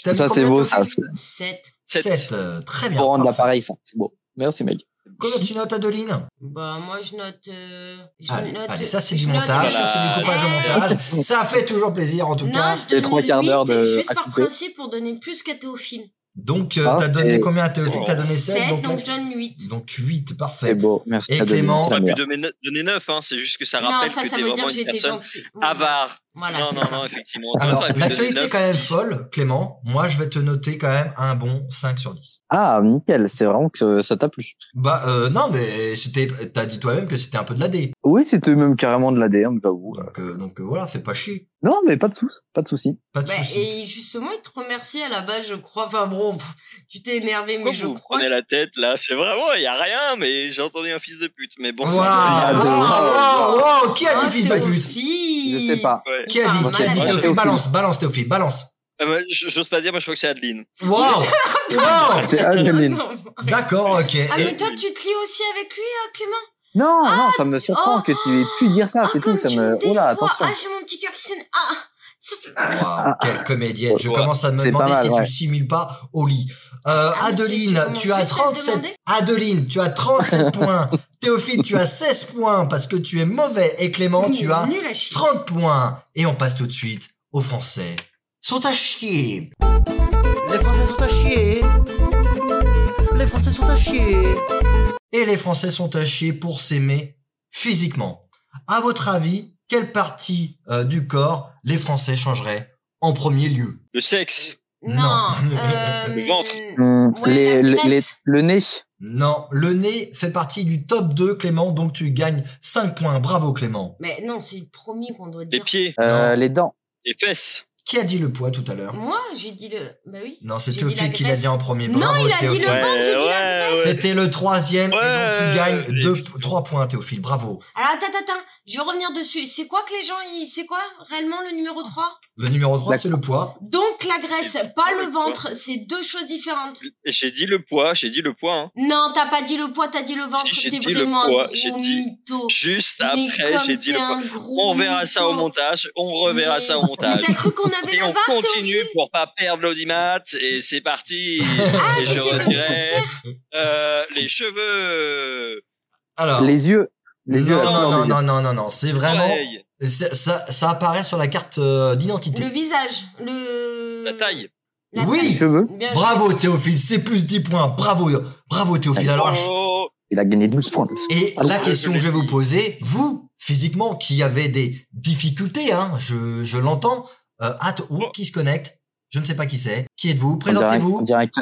[SPEAKER 2] T'as vu
[SPEAKER 4] Ça,
[SPEAKER 2] combien
[SPEAKER 4] c'est beau,
[SPEAKER 2] de
[SPEAKER 4] ça.
[SPEAKER 2] films
[SPEAKER 3] 7.
[SPEAKER 2] 7. euh, très bien.
[SPEAKER 4] Pour rendre
[SPEAKER 2] parfait.
[SPEAKER 4] l'appareil, ça. C'est beau. Merci, mec.
[SPEAKER 2] Comment tu notes, Adeline
[SPEAKER 3] Bah, moi, je note. euh, je
[SPEAKER 2] allez,
[SPEAKER 3] note
[SPEAKER 2] allez, ça, c'est
[SPEAKER 3] je
[SPEAKER 2] du
[SPEAKER 3] note- Euh,
[SPEAKER 2] montage,
[SPEAKER 5] Voilà.
[SPEAKER 2] c'est du coupage au montage. Ça fait toujours plaisir, en tout
[SPEAKER 3] Non,
[SPEAKER 2] cas.
[SPEAKER 3] je
[SPEAKER 4] Les
[SPEAKER 3] donne
[SPEAKER 4] trois quarts
[SPEAKER 3] huit,
[SPEAKER 4] d'heure de-
[SPEAKER 3] juste
[SPEAKER 4] à
[SPEAKER 3] par
[SPEAKER 4] couper.
[SPEAKER 3] principe pour donner plus qu'à Théophile.
[SPEAKER 2] Donc, euh,
[SPEAKER 4] Ah,
[SPEAKER 2] t'as donné
[SPEAKER 4] c'est-
[SPEAKER 2] combien à Théophile T'as donné
[SPEAKER 3] 7,
[SPEAKER 2] 7.
[SPEAKER 3] donc,
[SPEAKER 2] donc, là,
[SPEAKER 3] je donne 8.
[SPEAKER 2] donc 8, parfait.
[SPEAKER 4] C'est beau. Merci.
[SPEAKER 2] Et
[SPEAKER 4] à Denis.
[SPEAKER 2] Clément
[SPEAKER 4] C'est la
[SPEAKER 5] Pas plus
[SPEAKER 4] meilleure.
[SPEAKER 5] de mes no- donner 9, hein, c'est juste que ça
[SPEAKER 3] non,
[SPEAKER 5] rappelle
[SPEAKER 3] ça,
[SPEAKER 5] que
[SPEAKER 3] ça
[SPEAKER 5] t'es
[SPEAKER 3] veut dire
[SPEAKER 5] vraiment
[SPEAKER 3] que
[SPEAKER 5] une
[SPEAKER 3] j'étais
[SPEAKER 5] personne
[SPEAKER 3] gentil.
[SPEAKER 5] avare.
[SPEAKER 3] Voilà,
[SPEAKER 5] non,
[SPEAKER 3] c'est
[SPEAKER 5] non,
[SPEAKER 3] ça.
[SPEAKER 5] non, effectivement.
[SPEAKER 2] Alors,
[SPEAKER 5] J'aurais pu donner
[SPEAKER 2] l'actualité est
[SPEAKER 5] neuf.
[SPEAKER 2] quand même folle, Clément. Moi, je vais te noter quand même un bon 5 sur 10.
[SPEAKER 4] Ah, nickel. C'est vraiment que ça t'a plu.
[SPEAKER 2] Bah, euh, non, mais c'était, t'as dit toi-même que c'était un peu de la D.
[SPEAKER 4] Oui, c'était même carrément de l'ADN, j'avoue.
[SPEAKER 2] Donc, euh, donc euh, voilà, fais pas chier.
[SPEAKER 4] Non, mais pas de soucis. Pas de soucis.
[SPEAKER 2] Pas de
[SPEAKER 3] Bah,
[SPEAKER 2] soucis.
[SPEAKER 3] et justement, il te remercie à la base, je crois. Enfin bon, pff, tu t'es énervé, mais
[SPEAKER 5] Pourquoi
[SPEAKER 3] je
[SPEAKER 5] vous
[SPEAKER 3] crois.
[SPEAKER 5] prenez la tête là C'est vraiment, il y a rien, mais j'ai entendu un fils de pute. Mais bon.
[SPEAKER 2] Waouh,
[SPEAKER 4] Ah,
[SPEAKER 2] waouh,
[SPEAKER 4] de-
[SPEAKER 2] waouh, waouh, Oh, Qui a
[SPEAKER 3] Ah,
[SPEAKER 2] dit fils de pute
[SPEAKER 3] Théophile
[SPEAKER 4] Je sais pas.
[SPEAKER 5] Ouais.
[SPEAKER 2] Qui a dit
[SPEAKER 3] Ah,
[SPEAKER 2] Qui a dit
[SPEAKER 4] malade.
[SPEAKER 2] Théophile
[SPEAKER 4] Théophile.
[SPEAKER 2] Balance, balance Théophile, balance.
[SPEAKER 5] Euh, bah, j- J'ose pas dire, moi je crois que c'est Adeline.
[SPEAKER 2] Waouh Waouh
[SPEAKER 4] C'est Adeline.
[SPEAKER 3] Non.
[SPEAKER 2] D'accord, ok.
[SPEAKER 3] Ah,
[SPEAKER 2] Et-
[SPEAKER 3] mais toi, tu te lis aussi avec lui, hein, Clément
[SPEAKER 4] Non, non, ça me surprend
[SPEAKER 3] oh,
[SPEAKER 4] que tu aies pu dire ça.
[SPEAKER 3] Ah,
[SPEAKER 4] c'est
[SPEAKER 3] comme
[SPEAKER 4] tout. Ça
[SPEAKER 3] tu
[SPEAKER 4] me. Oh là,
[SPEAKER 3] déçois.
[SPEAKER 4] attention.
[SPEAKER 3] Ah, j'ai mon petit cœur qui sonne. Ah, ça fait.
[SPEAKER 2] Waouh, quelle comédienne. Je
[SPEAKER 5] Ouais.
[SPEAKER 2] commence à me
[SPEAKER 4] C'est pas
[SPEAKER 2] demander
[SPEAKER 4] mal,
[SPEAKER 2] si
[SPEAKER 4] ouais.
[SPEAKER 2] tu simules pas au lit. Euh,
[SPEAKER 3] Ah, mais
[SPEAKER 2] Adeline,
[SPEAKER 3] c'est- tu
[SPEAKER 2] tu as
[SPEAKER 3] commences juste à le
[SPEAKER 2] 37.
[SPEAKER 3] demander
[SPEAKER 2] Adeline, tu as 37 points. Théophile, tu as 16 points parce que tu es mauvais. Et Clément,
[SPEAKER 3] Il
[SPEAKER 2] tu
[SPEAKER 3] est
[SPEAKER 2] as
[SPEAKER 3] nul à chier.
[SPEAKER 2] 30 points. Et on passe tout de suite aux Français. Sont à chier.
[SPEAKER 6] Les Français sont à chier. Les Français sont à chier.
[SPEAKER 2] Et les Français sont à chier pour s'aimer physiquement. À votre avis, quelle partie euh, du corps les Français changeraient en premier lieu
[SPEAKER 5] Le sexe.
[SPEAKER 3] Non.
[SPEAKER 2] Non.
[SPEAKER 3] euh,
[SPEAKER 5] Le ventre.
[SPEAKER 4] Hum,
[SPEAKER 3] Ouais,
[SPEAKER 4] les,
[SPEAKER 3] la
[SPEAKER 4] les- les-
[SPEAKER 3] graisse.
[SPEAKER 4] le nez.
[SPEAKER 2] Non, le nez fait partie du top 2, Clément, donc tu gagnes 5 points. Bravo, Clément.
[SPEAKER 3] Mais non, c'est le premier qu'on doit
[SPEAKER 5] Les
[SPEAKER 3] dire.
[SPEAKER 5] pieds.
[SPEAKER 4] euh,
[SPEAKER 2] Non.
[SPEAKER 4] les dents.
[SPEAKER 5] Les fesses.
[SPEAKER 2] Qui a dit le poids tout à l'heure
[SPEAKER 3] Moi, j'ai dit le. Bah oui.
[SPEAKER 2] Non, c'est
[SPEAKER 3] J'ai dit la
[SPEAKER 2] Théophile qui l'a
[SPEAKER 3] graisse.
[SPEAKER 2] dit en premier.
[SPEAKER 3] Non,
[SPEAKER 2] Bravo,
[SPEAKER 3] il a dit le
[SPEAKER 2] Théophile.
[SPEAKER 3] ventre, j'ai dit la
[SPEAKER 5] ouais, ouais.
[SPEAKER 2] C'était le troisième, et donc tu
[SPEAKER 5] Ouais.
[SPEAKER 2] gagnes
[SPEAKER 5] Et-
[SPEAKER 2] 3 points, Théophile. Bravo.
[SPEAKER 3] Alors, attends, attends, attends. Je vais revenir dessus. C'est quoi que les gens. ils- C'est quoi réellement le numéro 3
[SPEAKER 2] Le numéro 3, c'est le poids.
[SPEAKER 3] Donc, la graisse,
[SPEAKER 5] Et-
[SPEAKER 3] pas
[SPEAKER 5] Oh,
[SPEAKER 3] le
[SPEAKER 5] mais
[SPEAKER 3] ventre. C'est deux choses différentes.
[SPEAKER 5] J'ai dit le poids, j'ai dit le poids. hein.
[SPEAKER 3] Non, t'as pas dit le poids, t'as dit le ventre.
[SPEAKER 5] j'ai
[SPEAKER 3] T'es
[SPEAKER 5] dit le
[SPEAKER 3] vraiment
[SPEAKER 5] poids,
[SPEAKER 3] un
[SPEAKER 5] j'ai
[SPEAKER 3] gros
[SPEAKER 5] dit-
[SPEAKER 3] mytho.
[SPEAKER 5] Juste
[SPEAKER 3] Mais
[SPEAKER 5] après,
[SPEAKER 3] comme
[SPEAKER 5] j'ai dit
[SPEAKER 3] t'es
[SPEAKER 5] le poids.
[SPEAKER 3] un gros
[SPEAKER 5] On verra ça au
[SPEAKER 3] mytho.
[SPEAKER 5] montage, on reverra
[SPEAKER 3] Mais-
[SPEAKER 5] ça au
[SPEAKER 3] Mais
[SPEAKER 5] montage.
[SPEAKER 3] t'as cru qu'on avait
[SPEAKER 5] Et
[SPEAKER 3] la
[SPEAKER 5] on
[SPEAKER 3] barre,
[SPEAKER 5] continue
[SPEAKER 3] Théophile
[SPEAKER 5] pour pas perdre l'audimat et c'est parti.
[SPEAKER 3] Ah,
[SPEAKER 5] et
[SPEAKER 3] mais
[SPEAKER 5] je
[SPEAKER 3] c'est ton
[SPEAKER 5] redirai euh, les cheveux,
[SPEAKER 2] Alors.
[SPEAKER 4] Les yeux. Les
[SPEAKER 2] non,
[SPEAKER 4] yeux.
[SPEAKER 2] non,
[SPEAKER 4] la couleur
[SPEAKER 2] non,
[SPEAKER 4] des yeux.
[SPEAKER 2] non, non, non, non, c'est vraiment,
[SPEAKER 5] l'oreille,
[SPEAKER 2] c'est- ça, ça apparaît sur la carte euh,
[SPEAKER 3] Le
[SPEAKER 2] d'identité.
[SPEAKER 3] visage. Le.
[SPEAKER 5] la taille.
[SPEAKER 3] La
[SPEAKER 2] Oui.
[SPEAKER 4] Les
[SPEAKER 3] taille.
[SPEAKER 4] cheveux.
[SPEAKER 3] Bien
[SPEAKER 2] Bravo Théophile, c'est plus 10 points, bravo, bravo Théophile. Alors,
[SPEAKER 5] Oh,
[SPEAKER 4] Il a gagné 12 points.
[SPEAKER 2] Et
[SPEAKER 4] Pardon,
[SPEAKER 2] la
[SPEAKER 5] je
[SPEAKER 2] question que
[SPEAKER 5] l'ai
[SPEAKER 2] je vais vous
[SPEAKER 5] dit.
[SPEAKER 2] poser, vous, physiquement, qui avez des difficultés, hein, je, je l'entends, euh, hâte ou qui se connecte, je ne sais pas qui c'est, qui êtes-vous,
[SPEAKER 4] On dirait- on
[SPEAKER 2] présentez-vous.
[SPEAKER 4] dirait que-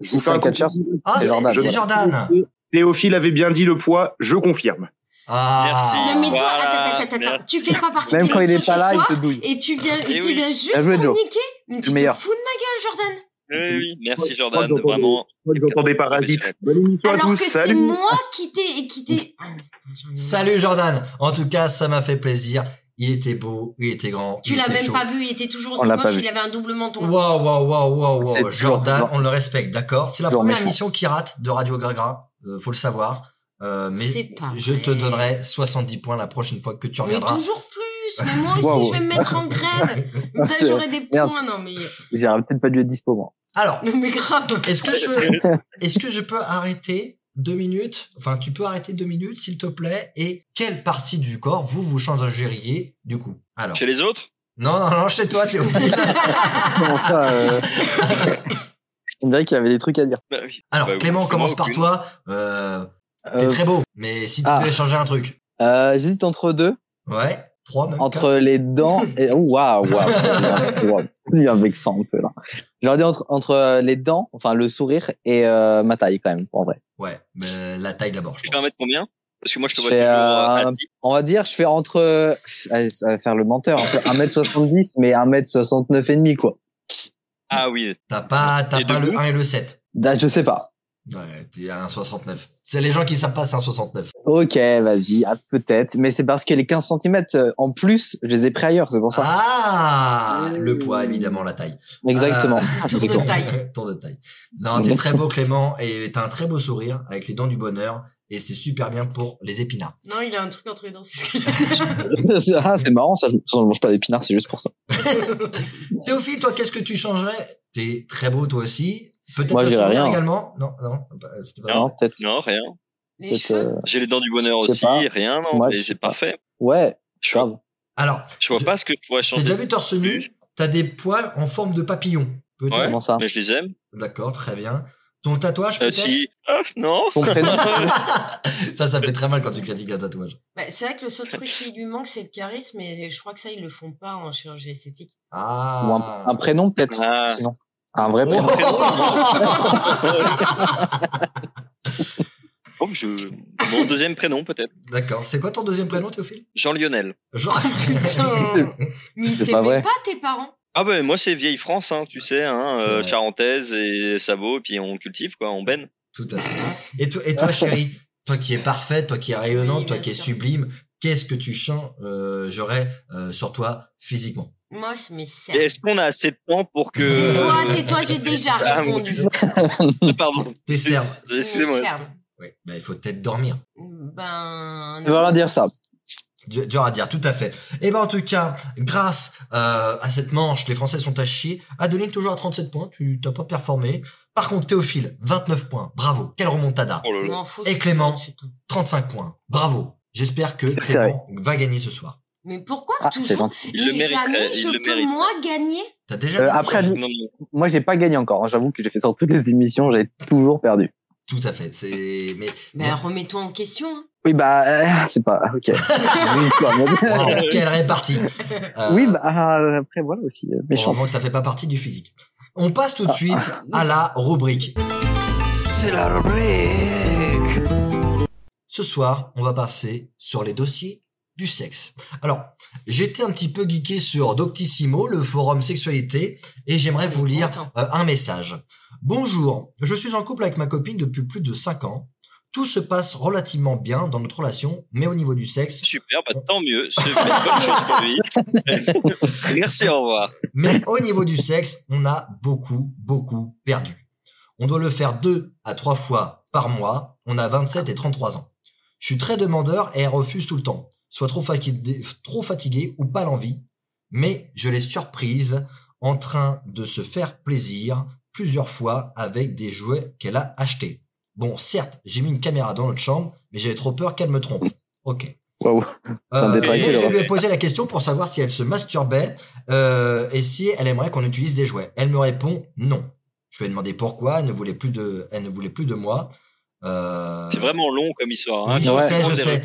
[SPEAKER 4] Si c'est un catcheur,
[SPEAKER 2] Ah,
[SPEAKER 4] c'est Jordan.
[SPEAKER 2] c'est c'est Jordan.
[SPEAKER 7] Théophile avait bien dit le poids, je confirme.
[SPEAKER 2] Ah,
[SPEAKER 5] Merci.
[SPEAKER 3] Non mais toi,
[SPEAKER 5] Voilà,
[SPEAKER 3] attends, attends, attends, attends,
[SPEAKER 5] merde.
[SPEAKER 3] tu fais pas partie
[SPEAKER 4] même
[SPEAKER 3] de
[SPEAKER 4] quand il est
[SPEAKER 3] l'émission
[SPEAKER 4] pas
[SPEAKER 3] ce
[SPEAKER 4] là, il
[SPEAKER 3] soir,
[SPEAKER 4] te douille.
[SPEAKER 3] et tu viens, je
[SPEAKER 5] Eh
[SPEAKER 3] te
[SPEAKER 5] oui.
[SPEAKER 3] viens juste
[SPEAKER 4] Bien
[SPEAKER 3] pour
[SPEAKER 4] joué,
[SPEAKER 3] me
[SPEAKER 4] Joe.
[SPEAKER 3] niquer. Mais tu te
[SPEAKER 4] meilleur.
[SPEAKER 3] fous de ma gueule, Jordan.
[SPEAKER 5] oui, eh oui, merci
[SPEAKER 7] Moi,
[SPEAKER 5] Jordan,
[SPEAKER 7] j'entends des-
[SPEAKER 5] vraiment.
[SPEAKER 7] Moi, j'entends des parasites. Bonne émission à
[SPEAKER 3] Alors
[SPEAKER 7] tous.
[SPEAKER 3] que c'est
[SPEAKER 7] Salut.
[SPEAKER 3] moi qui t'ai, qui t'ai. Ah, mais putain, j'en ai marre.
[SPEAKER 2] salut Jordan. En tout cas, ça m'a fait plaisir. Il était beau, il était grand.
[SPEAKER 3] Tu
[SPEAKER 2] il
[SPEAKER 3] l'as
[SPEAKER 2] était
[SPEAKER 3] même
[SPEAKER 2] chaud.
[SPEAKER 3] pas vu, il était toujours
[SPEAKER 4] On
[SPEAKER 3] aussi
[SPEAKER 4] l'a pas
[SPEAKER 3] moche,
[SPEAKER 4] vu.
[SPEAKER 3] il avait un double menton.
[SPEAKER 2] Waouh, waouh, waouh, waouh,
[SPEAKER 4] C'est
[SPEAKER 2] waouh.
[SPEAKER 4] toujours
[SPEAKER 2] Jordan,
[SPEAKER 4] méchant.
[SPEAKER 2] on le respecte, d'accord C'est la
[SPEAKER 4] Toujours
[SPEAKER 2] première
[SPEAKER 4] méchant.
[SPEAKER 2] émission qui rate de Radio Gragra, euh, faut le savoir. Euh, mais
[SPEAKER 3] C'est pas
[SPEAKER 2] je te
[SPEAKER 3] vrai.
[SPEAKER 2] donnerai 70 points la prochaine fois que tu
[SPEAKER 3] Mais
[SPEAKER 2] reviendras.
[SPEAKER 3] toujours plus. Mais moi aussi,
[SPEAKER 4] Wow.
[SPEAKER 3] je vais me mettre en grève. Comme ça,
[SPEAKER 4] C'est-
[SPEAKER 3] j'aurai des
[SPEAKER 4] merde.
[SPEAKER 3] points. Non mais,
[SPEAKER 4] J'ai peut-être pas dû être dispo, moi.
[SPEAKER 2] Alors,
[SPEAKER 3] mais grave.
[SPEAKER 2] Est-ce que je est-ce que je peux arrêter deux minutes Enfin, tu peux arrêter deux minutes, s'il te plaît. Et quelle partie du corps vous vous changeriez du coup Alors,
[SPEAKER 5] Chez Bah les autres
[SPEAKER 2] non, non, non, chez toi, Théophile.
[SPEAKER 4] Comment ça euh... On dirait qu'il y avait des trucs à dire.
[SPEAKER 5] Bah oui.
[SPEAKER 2] Alors,
[SPEAKER 5] Bah oui,
[SPEAKER 2] Clément,
[SPEAKER 5] moi,
[SPEAKER 2] commence par
[SPEAKER 5] aucune.
[SPEAKER 2] toi. Euh, T'es
[SPEAKER 4] Euh,
[SPEAKER 2] très beau, mais si tu
[SPEAKER 4] ah.
[SPEAKER 2] devais changer un truc,
[SPEAKER 4] euh, J'hésite entre deux,
[SPEAKER 2] ouais, trois même. quatre.
[SPEAKER 4] entre les dents et oh, waouh, waouh, waouh, il est vexant un peu là. J'aurais dit entre entre euh, les dents, enfin le sourire et euh, ma taille quand même, en vrai.
[SPEAKER 2] Ouais, mais la taille d'abord. je
[SPEAKER 5] Tu fais
[SPEAKER 2] pense.
[SPEAKER 5] un mètre combien Parce que moi je te
[SPEAKER 4] Je
[SPEAKER 5] vois
[SPEAKER 4] fais,
[SPEAKER 5] toujours
[SPEAKER 4] euh,
[SPEAKER 5] euh, à dix.
[SPEAKER 4] On va dire, je fais entre, euh, allez, ça va faire le menteur, entre 1m70 mais 1m69 et demi quoi.
[SPEAKER 5] Ah oui,
[SPEAKER 2] T'as pas, t'as
[SPEAKER 5] Et
[SPEAKER 2] pas le
[SPEAKER 5] debout
[SPEAKER 2] 1 et le 7.
[SPEAKER 4] Bah, je sais pas.
[SPEAKER 2] Ouais, t'es à un 69. C'est les gens qui savent pas, c'est un 69.
[SPEAKER 4] Ok, vas-y, ah, peut-être, mais c'est parce que les 15 cm en plus, je les ai pris ailleurs, c'est pour ça.
[SPEAKER 2] Ah, le poids évidemment, la taille.
[SPEAKER 4] Exactement.
[SPEAKER 3] Tour de taille.
[SPEAKER 2] Tour de taille. Non, t'es très beau Clément et t'as un très beau sourire avec les dents du bonheur et c'est super bien pour les épinards.
[SPEAKER 3] Non, il a un truc entre les dents. c'est ce que-
[SPEAKER 4] ah, c'est marrant, ça, ça, on mange pas d'épinards, c'est juste pour ça.
[SPEAKER 2] Théophile, toi, qu'est-ce que tu changerais T'es très beau toi aussi. Peut-être
[SPEAKER 4] Moi,
[SPEAKER 2] le
[SPEAKER 4] je dirais
[SPEAKER 2] sourire
[SPEAKER 4] rien.
[SPEAKER 2] également. Non, non, bah, c'était pas
[SPEAKER 4] Non,
[SPEAKER 2] ça.
[SPEAKER 4] Hein, peut-être.
[SPEAKER 5] Non, rien.
[SPEAKER 3] Les
[SPEAKER 4] peut-être,
[SPEAKER 3] cheveux.
[SPEAKER 4] euh,
[SPEAKER 5] J'ai les dents du bonheur
[SPEAKER 4] Je sais
[SPEAKER 5] aussi,
[SPEAKER 4] pas.
[SPEAKER 5] rien, non,
[SPEAKER 4] Moi,
[SPEAKER 5] mais
[SPEAKER 4] je
[SPEAKER 5] c'est
[SPEAKER 4] sais pas.
[SPEAKER 5] parfait.
[SPEAKER 4] Ouais,
[SPEAKER 5] Je vois,
[SPEAKER 4] grave.
[SPEAKER 2] Alors,
[SPEAKER 5] je vois
[SPEAKER 2] Je-
[SPEAKER 5] pas ce que tu pourrais
[SPEAKER 2] t'as
[SPEAKER 5] changer.
[SPEAKER 2] déjà vu torse nu
[SPEAKER 5] Oui.
[SPEAKER 2] T'as des poils en forme de papillon. Peut-être.
[SPEAKER 5] Ouais.
[SPEAKER 4] Comment ça
[SPEAKER 5] Mais je les aime.
[SPEAKER 2] D'accord, très bien. Ton tatouage
[SPEAKER 5] Euh,
[SPEAKER 2] peut-être
[SPEAKER 5] si. Ah, non.
[SPEAKER 4] Ton prénom
[SPEAKER 2] Ça, ça fait très mal quand tu critiques un tatouage.
[SPEAKER 3] Bah, c'est vrai que le seul truc qui lui manque, c'est le charisme, et je crois que ça, ils le font pas en chirurgie esthétique.
[SPEAKER 2] Ah.
[SPEAKER 4] Ou un, un prénom, peut-être,
[SPEAKER 5] Ah.
[SPEAKER 4] sinon. Un vrai prénom.
[SPEAKER 2] Oh
[SPEAKER 5] Oh, je... Mon deuxième prénom, peut-être.
[SPEAKER 2] D'accord. C'est quoi ton deuxième prénom, Théophile
[SPEAKER 5] Jean-Lionel.
[SPEAKER 2] Jean.
[SPEAKER 3] Putain. Mais ils
[SPEAKER 4] C'est pas vrai.
[SPEAKER 3] t'aimaient pas, tes parents.
[SPEAKER 5] Ah ben moi c'est vieille France hein, tu sais hein,
[SPEAKER 2] C'est
[SPEAKER 5] euh,
[SPEAKER 2] vrai.
[SPEAKER 5] charentaise et sabot puis on cultive quoi, on benne.
[SPEAKER 2] Tout à fait. Et toi, et toi chérie, toi qui es parfaite, toi qui es rayonnante,
[SPEAKER 3] Oui,
[SPEAKER 2] toi
[SPEAKER 3] bien
[SPEAKER 2] qui es
[SPEAKER 3] sûr.
[SPEAKER 2] sublime, qu'est-ce que tu chantes, euh, j'aurais euh, sur toi physiquement
[SPEAKER 3] Moi, c'est mes cernes.
[SPEAKER 5] Et Est-ce qu'on a assez de temps pour
[SPEAKER 3] Tais-toi,
[SPEAKER 5] que
[SPEAKER 3] tais-toi, j'ai déjà
[SPEAKER 5] Ah,
[SPEAKER 3] répondu.
[SPEAKER 5] euh, pardon.
[SPEAKER 2] Tes cernes.
[SPEAKER 3] C'est mes
[SPEAKER 5] Excusez-moi.
[SPEAKER 3] cernes.
[SPEAKER 2] Oui. Bah, il faut peut-être dormir.
[SPEAKER 3] Ben. non.
[SPEAKER 4] Voilà dire ça.
[SPEAKER 2] Du- Dur à dire, tout à fait. Et ben en tout cas, grâce euh, à cette manche, les Français sont à chier. Adeline toujours à 37 points, tu t'as pas performé. Par contre, Théophile, 29 points, bravo. Quelle remontada.
[SPEAKER 5] Oh là
[SPEAKER 3] Je
[SPEAKER 5] là.
[SPEAKER 3] m'en fous,
[SPEAKER 2] Et
[SPEAKER 3] c'est
[SPEAKER 2] Clément.
[SPEAKER 3] bon, c'est tout.
[SPEAKER 2] 35 points, bravo. J'espère que Clément va gagner ce soir.
[SPEAKER 3] Mais pourquoi
[SPEAKER 4] Ah, c'est
[SPEAKER 3] toujours
[SPEAKER 4] gentil.
[SPEAKER 5] Il le
[SPEAKER 3] Et
[SPEAKER 5] mérite.
[SPEAKER 3] jamais
[SPEAKER 5] euh, il
[SPEAKER 3] je
[SPEAKER 5] le
[SPEAKER 3] peux
[SPEAKER 5] mérite.
[SPEAKER 3] moi gagner
[SPEAKER 2] T'as déjà
[SPEAKER 4] Euh,
[SPEAKER 2] gagné,
[SPEAKER 4] après,
[SPEAKER 2] Clément
[SPEAKER 5] Non, non.
[SPEAKER 4] Moi, j'ai pas gagné encore. hein. J'avoue que j'ai fait sur toutes les émissions, j'ai toujours perdu.
[SPEAKER 2] Tout à fait. C'est mais
[SPEAKER 3] Ben remets-toi en question. hein.
[SPEAKER 4] Oui, bah, euh, c'est pas, ok. Oui, quoi, mais-
[SPEAKER 2] Wow, quelle répartie. Euh,
[SPEAKER 4] oui, bah, euh, après, voilà aussi, euh, méchant.
[SPEAKER 2] heureusement que ça fait pas partie du physique. On passe tout de suite à la rubrique.
[SPEAKER 1] C'est la rubrique.
[SPEAKER 2] Ce soir, on va passer sur les dossiers du sexe. Alors, j'étais un petit peu geeké sur Doctissimo, le forum sexualité, et j'aimerais vous lire
[SPEAKER 3] Attends.
[SPEAKER 2] euh, un message. Bonjour, je suis en couple avec ma copine depuis plus de 5 ans. Tout se passe relativement bien dans notre relation, mais au niveau du sexe,
[SPEAKER 5] Super, bah, tant mieux. C'est une bonne chose pour lui. Merci, au revoir.
[SPEAKER 2] Mais au niveau du sexe, on a beaucoup, beaucoup perdu. On doit le faire deux à trois fois par mois. On a 27 et 33 ans. Je suis très demandeur et elle refuse tout le temps. Soit trop fatigué, trop fatigué ou pas l'envie. Mais je l'ai surprise en train de se faire plaisir plusieurs fois avec des jouets qu'elle a achetés. Bon, certes, j'ai mis une caméra dans notre chambre, mais j'avais trop peur qu'elle me trompe. Ok.
[SPEAKER 4] Waouh. T'as
[SPEAKER 2] Euh,
[SPEAKER 4] détraqué,
[SPEAKER 2] je
[SPEAKER 5] Laura.
[SPEAKER 2] lui ai posé la question pour savoir si elle se masturbait euh, et si elle aimerait qu'on utilise des jouets. Elle me répond non. Je lui ai demandé pourquoi. Elle ne voulait plus de, elle ne voulait plus de moi. Euh,
[SPEAKER 5] C'est vraiment long comme histoire. Hein.
[SPEAKER 2] Oui, je
[SPEAKER 4] Ouais.
[SPEAKER 2] sais, je sais.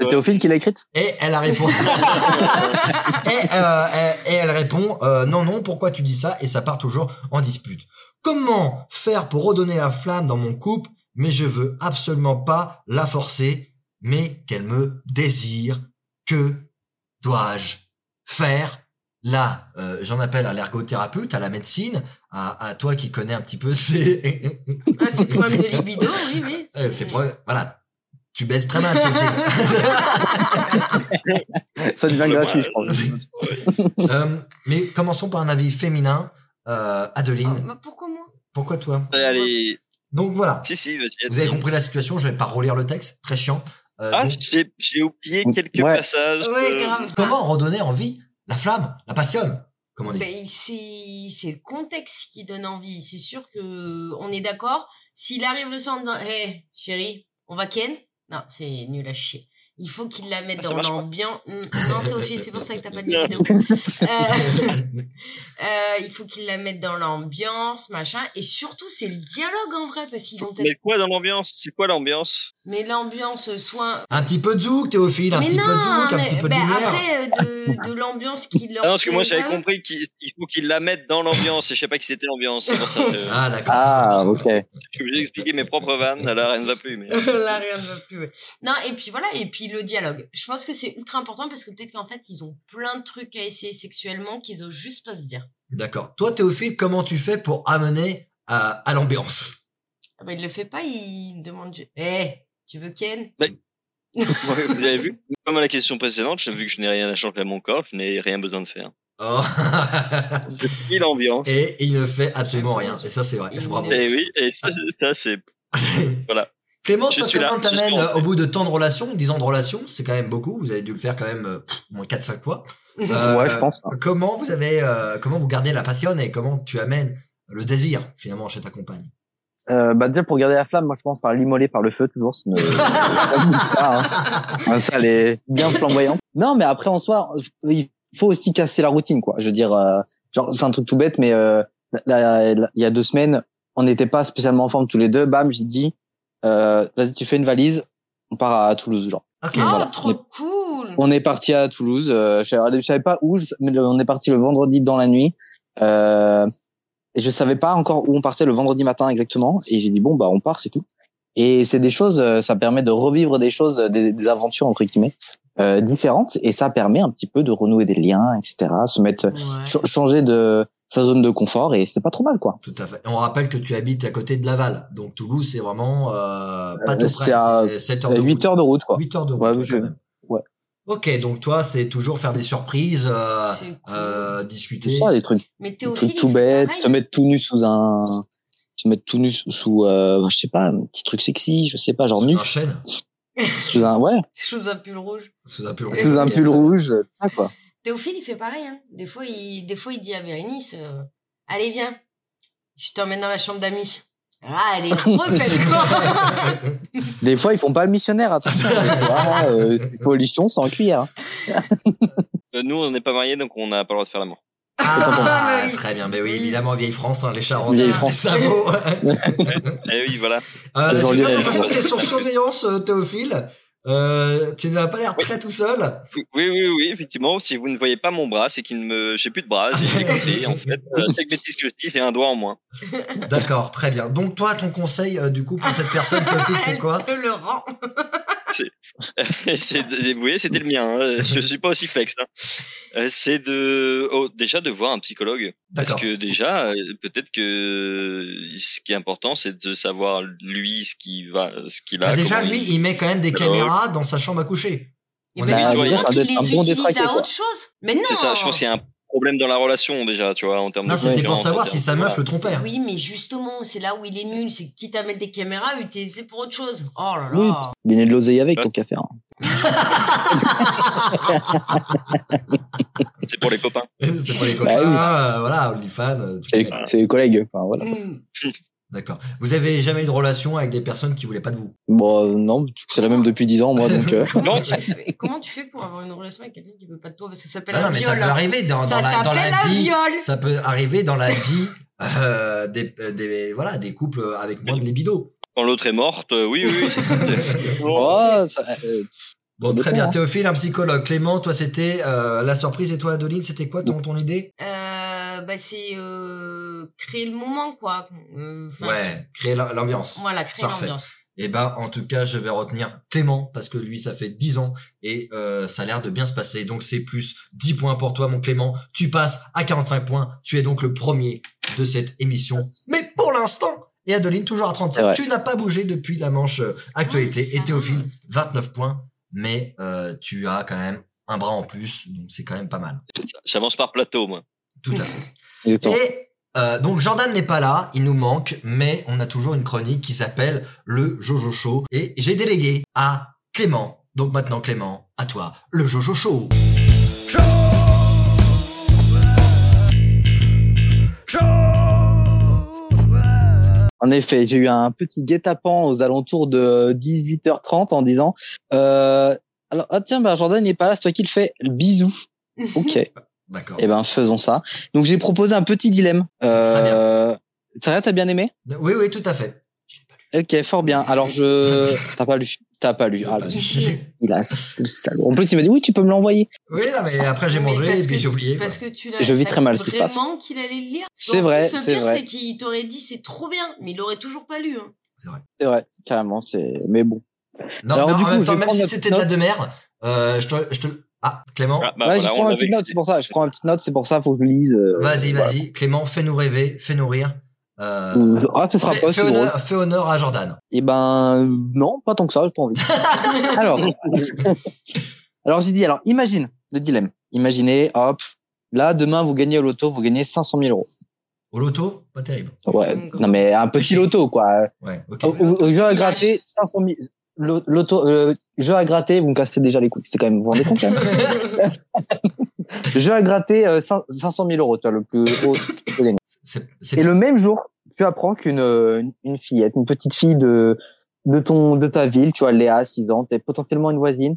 [SPEAKER 4] C'est Théophile qui l'a écrite?
[SPEAKER 2] Et elle a répondu. et, euh, et- et elle répond euh, non non pourquoi tu dis ça et ça part toujours en dispute. Comment faire pour redonner la flamme dans mon couple mais je veux absolument pas la forcer mais qu'elle me désire. Que dois-je faire Là, euh, j'en appelle à l'ergothérapeute, à la médecine, à, à toi qui connais un petit peu ces
[SPEAKER 3] Ah, c'est problème de libido, oui, oui.
[SPEAKER 2] euh, c'est pour... Voilà. Tu baisses très mal. Théophile.
[SPEAKER 4] Ça devient gratuit, je pense.
[SPEAKER 2] Euh, mais commençons par un avis féminin. Euh,
[SPEAKER 3] Ah,
[SPEAKER 2] Adeline,
[SPEAKER 3] bah, pourquoi moi
[SPEAKER 2] pourquoi toi
[SPEAKER 5] Allez,
[SPEAKER 2] Donc voilà.
[SPEAKER 5] si, si, vas-y.
[SPEAKER 2] Vous avez compris la situation, je vais pas relire le texte, très chiant. Euh,
[SPEAKER 5] Ah,
[SPEAKER 2] donc,
[SPEAKER 5] j'ai j'ai oublié quelques
[SPEAKER 4] Ouais.
[SPEAKER 5] passages.
[SPEAKER 3] Ouais, Bah,
[SPEAKER 5] euh,
[SPEAKER 3] grave.
[SPEAKER 2] comment redonner envie La flamme, la passionne, comme on dit.
[SPEAKER 3] Ben, c'est c'est le contexte qui donne envie. C'est sûr que on est d'accord. S'il arrive le soir en disant, hey, chérie, on va ken Non, c'est nul à chier. Il faut qu'il la mette
[SPEAKER 5] Ah, ça
[SPEAKER 3] dans
[SPEAKER 5] marche pas.
[SPEAKER 3] l'ambiance. Mm, Non, Théophile, c'est pour ça que t'as pas de libido. Euh, euh, il faut qu'il la mette dans l'ambiance, machin. Et surtout, c'est le dialogue en vrai, parce qu'ils ont peut-être.
[SPEAKER 5] Mais quoi dans l'ambiance C'est quoi l'ambiance
[SPEAKER 3] Mais l'ambiance, soit
[SPEAKER 2] Un petit peu de zouk, Théophile, un
[SPEAKER 3] mais
[SPEAKER 2] petit
[SPEAKER 3] non,
[SPEAKER 2] peu de zouk, un
[SPEAKER 3] mais-
[SPEAKER 2] petit peu de
[SPEAKER 3] ben
[SPEAKER 2] lumière.
[SPEAKER 3] après euh, de, de l'ambiance qui leur
[SPEAKER 5] Ah non, parce que moi
[SPEAKER 3] plaise à
[SPEAKER 5] j'avais
[SPEAKER 3] eux.
[SPEAKER 5] compris qu'il il faut qu'ils la mettent dans l'ambiance et je sais pas qui c'était l'ambiance. C'est pour ça que je
[SPEAKER 2] Ah, d'accord.
[SPEAKER 4] Ah, ok.
[SPEAKER 5] suis obligé d'expliquer mes propres vannes. Là, rien ne va plus. Mais...
[SPEAKER 3] Là, rien ne va plus. ouais. Non, et puis voilà, et puis le dialogue. Je pense que c'est ultra important parce que peut-être qu'en fait, ils ont plein de trucs à essayer sexuellement qu'ils osent juste pas se dire.
[SPEAKER 2] D'accord. Toi, Théophile, comment tu fais pour amener à, à l'ambiance
[SPEAKER 3] Ah bah, il le fait pas, il demande ju- Eh, tu veux Ken
[SPEAKER 5] Ouais, Vous avez vu Comme à la question précédente, j'ai vu que je n'ai rien à changer à mon corps, je n'ai rien besoin de faire.
[SPEAKER 2] Oh.
[SPEAKER 5] Et l'ambiance.
[SPEAKER 4] Eh
[SPEAKER 2] Et il ne fait absolument rien. Et ça, c'est vrai. Et c'est bravo.
[SPEAKER 5] Et oui, et ça, c'est- ça, c'est.
[SPEAKER 2] Clément,
[SPEAKER 5] Je
[SPEAKER 2] toi,
[SPEAKER 5] suis là,
[SPEAKER 2] comment
[SPEAKER 5] je suis
[SPEAKER 2] t'amènes
[SPEAKER 5] en
[SPEAKER 2] euh,
[SPEAKER 5] fait.
[SPEAKER 2] au bout de tant de relations, 10 ans de relations, c'est quand même beaucoup, vous avez dû le faire quand même euh, pff, au moins 4-5 fois. Euh,
[SPEAKER 4] Ouais, je pense. hein.
[SPEAKER 2] Comment vous avez, euh, comment vous gardez la passion et comment tu amènes le désir finalement chez ta compagne
[SPEAKER 4] Euh, bah déjà pour garder la flamme, moi je pense par l'immoler par le feu toujours, ça ne ça ne bouge pas. hein. Comme ça, elle est bien flamboyante. Non, mais après en soi, il faut aussi casser la routine, quoi. Je veux dire, euh, genre c'est un truc tout bête, mais euh, là, là, il y a deux semaines, on n'était pas spécialement en forme tous les deux. Bam, j'ai dit, euh, vas-y, tu fais une valise, on part à Toulouse, genre.
[SPEAKER 2] Ok.
[SPEAKER 3] Oh,
[SPEAKER 4] voilà.
[SPEAKER 3] trop cool
[SPEAKER 4] On est parti à Toulouse. Euh, je, savais, je savais pas où, je- mais le- on est parti le vendredi dans la nuit. Euh, et je savais pas encore où on partait le vendredi matin exactement. Et j'ai dit bon bah on part, c'est tout. Et c'est des choses, euh, ça permet de revivre des choses, euh, des, des aventures entre guillemets euh, différentes. Et ça permet un petit peu de renouer des liens, etc. Se mettre,
[SPEAKER 3] Ouais.
[SPEAKER 4] ch- changer de sa zone de confort et c'est pas trop mal quoi.
[SPEAKER 2] Tout à fait. Et on rappelle que tu habites à côté de Laval, donc Toulouse c'est vraiment euh, pas tout
[SPEAKER 4] Euh, c'est à-
[SPEAKER 2] près, c'est 7 heures de
[SPEAKER 4] 8
[SPEAKER 2] route.
[SPEAKER 4] heures de route quoi.
[SPEAKER 2] 8 heures de route
[SPEAKER 4] Ouais,
[SPEAKER 2] quand
[SPEAKER 4] je-
[SPEAKER 2] même.
[SPEAKER 4] ouais.
[SPEAKER 2] Ok, donc toi c'est toujours faire des surprises, euh,
[SPEAKER 3] C'est cool.
[SPEAKER 2] euh, discuter.
[SPEAKER 4] C'est ça, des trucs
[SPEAKER 3] Mais
[SPEAKER 4] Des
[SPEAKER 3] Théophile,
[SPEAKER 4] trucs tout
[SPEAKER 3] il fait
[SPEAKER 4] bêtes,
[SPEAKER 3] pareil.
[SPEAKER 4] se mettre tout nu sous un, se mettre tout nu sous- sous, euh, je sais pas, un petit truc sexy, je sais pas, genre nu,
[SPEAKER 2] Sous un chêne,
[SPEAKER 4] sous un, ouais,
[SPEAKER 3] Chose à pull rouge.
[SPEAKER 2] sous un pull rouge.
[SPEAKER 4] sous un pull rouge, euh, ça quoi.
[SPEAKER 3] Théophile, il fait pareil. Hein. Des, fois, il, des fois, il dit à Bérénice euh, Allez, viens, je t'emmène dans la chambre d'amis. Ah, elle est refait quoi
[SPEAKER 4] Des fois, ils font pas le missionnaire, attention. des fois, euh, c'est polichon sans cuillère.
[SPEAKER 5] Euh, nous, on n'est pas mariés, donc on n'a pas le droit de faire l'amour.
[SPEAKER 2] Ah,
[SPEAKER 3] Ah, oui.
[SPEAKER 2] très bien, mais oui, évidemment, vieille France, hein, les Charentes,
[SPEAKER 4] Vieille
[SPEAKER 2] les
[SPEAKER 4] France.
[SPEAKER 2] sabots.
[SPEAKER 5] Eh oui, voilà.
[SPEAKER 2] Euh,
[SPEAKER 4] Les
[SPEAKER 2] j'ai
[SPEAKER 4] ennuis,
[SPEAKER 2] quand même
[SPEAKER 4] elles
[SPEAKER 2] l'impression
[SPEAKER 4] sont-
[SPEAKER 2] que t'es sur surveillance, euh, Théophile. Euh, tu n'as pas l'air très tout seul.
[SPEAKER 5] Oui, oui, oui, effectivement. Si vous ne voyez pas mon bras, c'est qu'il ne me, j'ai plus de bras. J'ai découpé, en fait. Euh, Chaque bêtise que je dis, j'ai un doigt en moins.
[SPEAKER 2] D'accord, très bien. Donc toi, ton conseil euh, du coup pour cette personne, Théophile, c'est quoi
[SPEAKER 3] Elle te le rend.
[SPEAKER 5] c'est de- vous voyez, c'était le mien. hein. Je suis pas aussi flex. hein. Euh, C'est de oh, déjà de voir un psychologue parce
[SPEAKER 2] D'accord.
[SPEAKER 5] que déjà euh, peut-être que ce qui est important, c'est de savoir lui ce qui va, ce qu'il a.
[SPEAKER 2] Bah, déjà,
[SPEAKER 5] comment
[SPEAKER 2] lui,
[SPEAKER 5] il-
[SPEAKER 2] il met quand même des
[SPEAKER 5] Alors,
[SPEAKER 2] caméras dans sa chambre à coucher.
[SPEAKER 3] Et
[SPEAKER 2] On
[SPEAKER 3] ben,
[SPEAKER 2] est-
[SPEAKER 5] Bah,
[SPEAKER 3] justement,
[SPEAKER 5] ouais,
[SPEAKER 4] ça
[SPEAKER 3] qu'il les
[SPEAKER 4] doit être un bon
[SPEAKER 3] utilise
[SPEAKER 4] détraqué,
[SPEAKER 3] à
[SPEAKER 4] quoi.
[SPEAKER 3] autre chose. Mais non
[SPEAKER 5] C'est ça. Je pense qu'il y a un problème dans la relation déjà, tu vois, en termes
[SPEAKER 2] Non,
[SPEAKER 5] de.
[SPEAKER 2] c'était pour
[SPEAKER 5] confiance, en
[SPEAKER 2] savoir
[SPEAKER 5] termes
[SPEAKER 2] si sa
[SPEAKER 5] de-
[SPEAKER 2] meuf le trompait. hein.
[SPEAKER 3] Oui, mais justement, c'est là où il est nul. C'est que quitte à mettre des caméras, utilisez pour autre chose. Oh là
[SPEAKER 4] Oui,
[SPEAKER 3] là.
[SPEAKER 4] Gagner de l'oseille avec, hein. tant qu'à faire.
[SPEAKER 5] C'est pour les copains.
[SPEAKER 2] c'est pour les copains,
[SPEAKER 4] Bah oui.
[SPEAKER 2] euh, voilà, OnlyFans. euh, tout
[SPEAKER 4] C'est les,
[SPEAKER 2] ça.
[SPEAKER 4] c'est les collègues, enfin voilà.
[SPEAKER 3] Mm.
[SPEAKER 2] D'accord. Vous avez jamais eu de relation avec des personnes qui voulaient pas de vous
[SPEAKER 4] Bon, euh, non, c'est la même depuis 10 ans, moi, donc. euh,
[SPEAKER 3] Comment
[SPEAKER 5] Non.
[SPEAKER 3] tu fais- comment tu fais pour avoir une relation avec quelqu'un qui veut pas de toi Parce que ça s'appelle
[SPEAKER 4] Ah
[SPEAKER 2] Ah Non,
[SPEAKER 3] un
[SPEAKER 2] non, mais
[SPEAKER 3] viol.
[SPEAKER 2] ça peut
[SPEAKER 3] hein.
[SPEAKER 2] arriver dans, dans
[SPEAKER 3] Ça
[SPEAKER 2] la, dans la
[SPEAKER 3] s'appelle un
[SPEAKER 2] vie.
[SPEAKER 3] viol.
[SPEAKER 2] Ça peut arriver dans la vie euh, des, euh, des voilà des couples avec moins de libido.
[SPEAKER 5] Quand l'autre est morte, euh, oui, oui. oui.
[SPEAKER 4] Oh, ça, euh,
[SPEAKER 2] Bon, très
[SPEAKER 4] D'accord.
[SPEAKER 2] bien. Théophile, un psychologue. Clément, toi, c'était euh, la surprise. Et toi, Adeline, c'était quoi ton, ton idée
[SPEAKER 3] Euh, bah, c'est euh, créer le moment, quoi. Euh, 'fin,
[SPEAKER 2] Ouais, créer la- l'ambiance.
[SPEAKER 3] Voilà, créer
[SPEAKER 2] Parfait.
[SPEAKER 3] l'ambiance.
[SPEAKER 2] Eh ben, en tout cas, je vais retenir Clément parce que lui, ça fait 10 ans et euh, ça a l'air de bien se passer. Donc, c'est plus 10 points pour toi, mon Clément. Tu passes à 45 points. Tu es donc le premier de cette émission. Mais pour l'instant, et Adeline, toujours à
[SPEAKER 4] C'est
[SPEAKER 2] 35.
[SPEAKER 4] vrai.
[SPEAKER 2] Tu n'as pas bougé depuis la manche euh,
[SPEAKER 4] Ah,
[SPEAKER 2] actualité.
[SPEAKER 3] Ouais, ça
[SPEAKER 2] et Théophile,
[SPEAKER 3] va.
[SPEAKER 2] 29 points. Mais euh, tu as quand même un bras en plus. Donc, c'est quand même pas mal.
[SPEAKER 5] J'avance par plateau, moi.
[SPEAKER 2] Tout à fait.
[SPEAKER 4] et autant.
[SPEAKER 2] Et euh, donc, Jordan n'est pas là. Il nous manque. Mais on a toujours une chronique qui s'appelle le Jojo Show. Et j'ai délégué à Clément. Donc maintenant, Clément, à toi, le Jojo Show.
[SPEAKER 4] En effet, j'ai eu un petit guet-apens aux alentours de 18h30 en disant euh, alors ah tiens bah Jordan n'est pas là, c'est toi qui le fais. Bisous. OK.
[SPEAKER 2] D'accord.
[SPEAKER 4] Eh ben faisons ça. Donc j'ai proposé un petit dilemme.
[SPEAKER 2] très bien.
[SPEAKER 4] Euh Sarah, t'as bien aimé
[SPEAKER 2] Oui, oui, tout à fait.
[SPEAKER 4] Ah, OK, fort bien. Alors je t'as pas lu, t'as pas lu. Ah, le- il a le salaud. En plus il m'a dit oui, tu peux me l'envoyer.
[SPEAKER 2] oui, non, mais après j'ai
[SPEAKER 3] Mais parce
[SPEAKER 2] mangé et
[SPEAKER 3] que-
[SPEAKER 2] puis j'ai oublié.
[SPEAKER 3] Parce
[SPEAKER 2] quoi.
[SPEAKER 3] que tu l'as.
[SPEAKER 4] Je vis
[SPEAKER 3] t'as
[SPEAKER 4] très mal ce qui se passe.
[SPEAKER 3] Vraiment qu'il allait le lire.
[SPEAKER 4] C'est
[SPEAKER 3] En
[SPEAKER 4] vrai,
[SPEAKER 3] plus, Le
[SPEAKER 4] c'est
[SPEAKER 3] pire,
[SPEAKER 4] vrai.
[SPEAKER 3] c'est qu'il t'aurait dit c'est trop bien, mais il l'aurait toujours pas lu. Hein.
[SPEAKER 4] C'est vrai, carrément, c'est mais bon.
[SPEAKER 2] Non,
[SPEAKER 4] Alors,
[SPEAKER 2] mais en
[SPEAKER 4] du coup,
[SPEAKER 2] même
[SPEAKER 4] je
[SPEAKER 2] temps,
[SPEAKER 4] vais
[SPEAKER 2] même
[SPEAKER 4] prendre
[SPEAKER 2] si
[SPEAKER 4] la
[SPEAKER 2] c'était de la
[SPEAKER 4] note.
[SPEAKER 2] demeure, euh, je te, je te. Ah, Clément,
[SPEAKER 5] Ah, bah, voilà,
[SPEAKER 4] ouais, je
[SPEAKER 5] on
[SPEAKER 4] prends une
[SPEAKER 5] l'avait
[SPEAKER 4] petite note,
[SPEAKER 5] vexé.
[SPEAKER 4] c'est pour ça. Je prends une petite note, c'est pour ça, faut que je lise. euh,
[SPEAKER 2] vas-y,
[SPEAKER 4] voilà.
[SPEAKER 2] vas-y. Clément, fais-nous rêver, fais-nous rire. Euh,
[SPEAKER 4] Ah, ce sera
[SPEAKER 2] fais, fais
[SPEAKER 4] pas si drôle.
[SPEAKER 2] honneur, fais honneur à Jordan.
[SPEAKER 4] Eh ben euh, non, pas tant que ça, j'ai pas envie. alors, alors j'ai dit, alors imagine le dilemme. Imaginez, hop, là demain vous gagnez au loto, vous gagnez 500 000 euros.
[SPEAKER 2] Au loto, pas terrible.
[SPEAKER 4] Ouais.
[SPEAKER 3] Une grosse-
[SPEAKER 4] Non, mais un petit loto, quoi.
[SPEAKER 2] Ouais, ok.
[SPEAKER 4] Au, au- au jeu à gratter, 500 000. lo- Loto, euh, jeu à gratter, vous me cassez déjà les couilles. C'est quand même, vous vous rendez compte, quand même Jeu à gratter, euh, cin- 500 000 euros, tu vois, le plus haut que tu peux gagner.
[SPEAKER 2] C'est, c'est-
[SPEAKER 4] Et le même jour, tu apprends qu'une euh, une fillette, une petite fille de de ton de ta ville, tu vois, Léa, 6 ans, t'es potentiellement une voisine.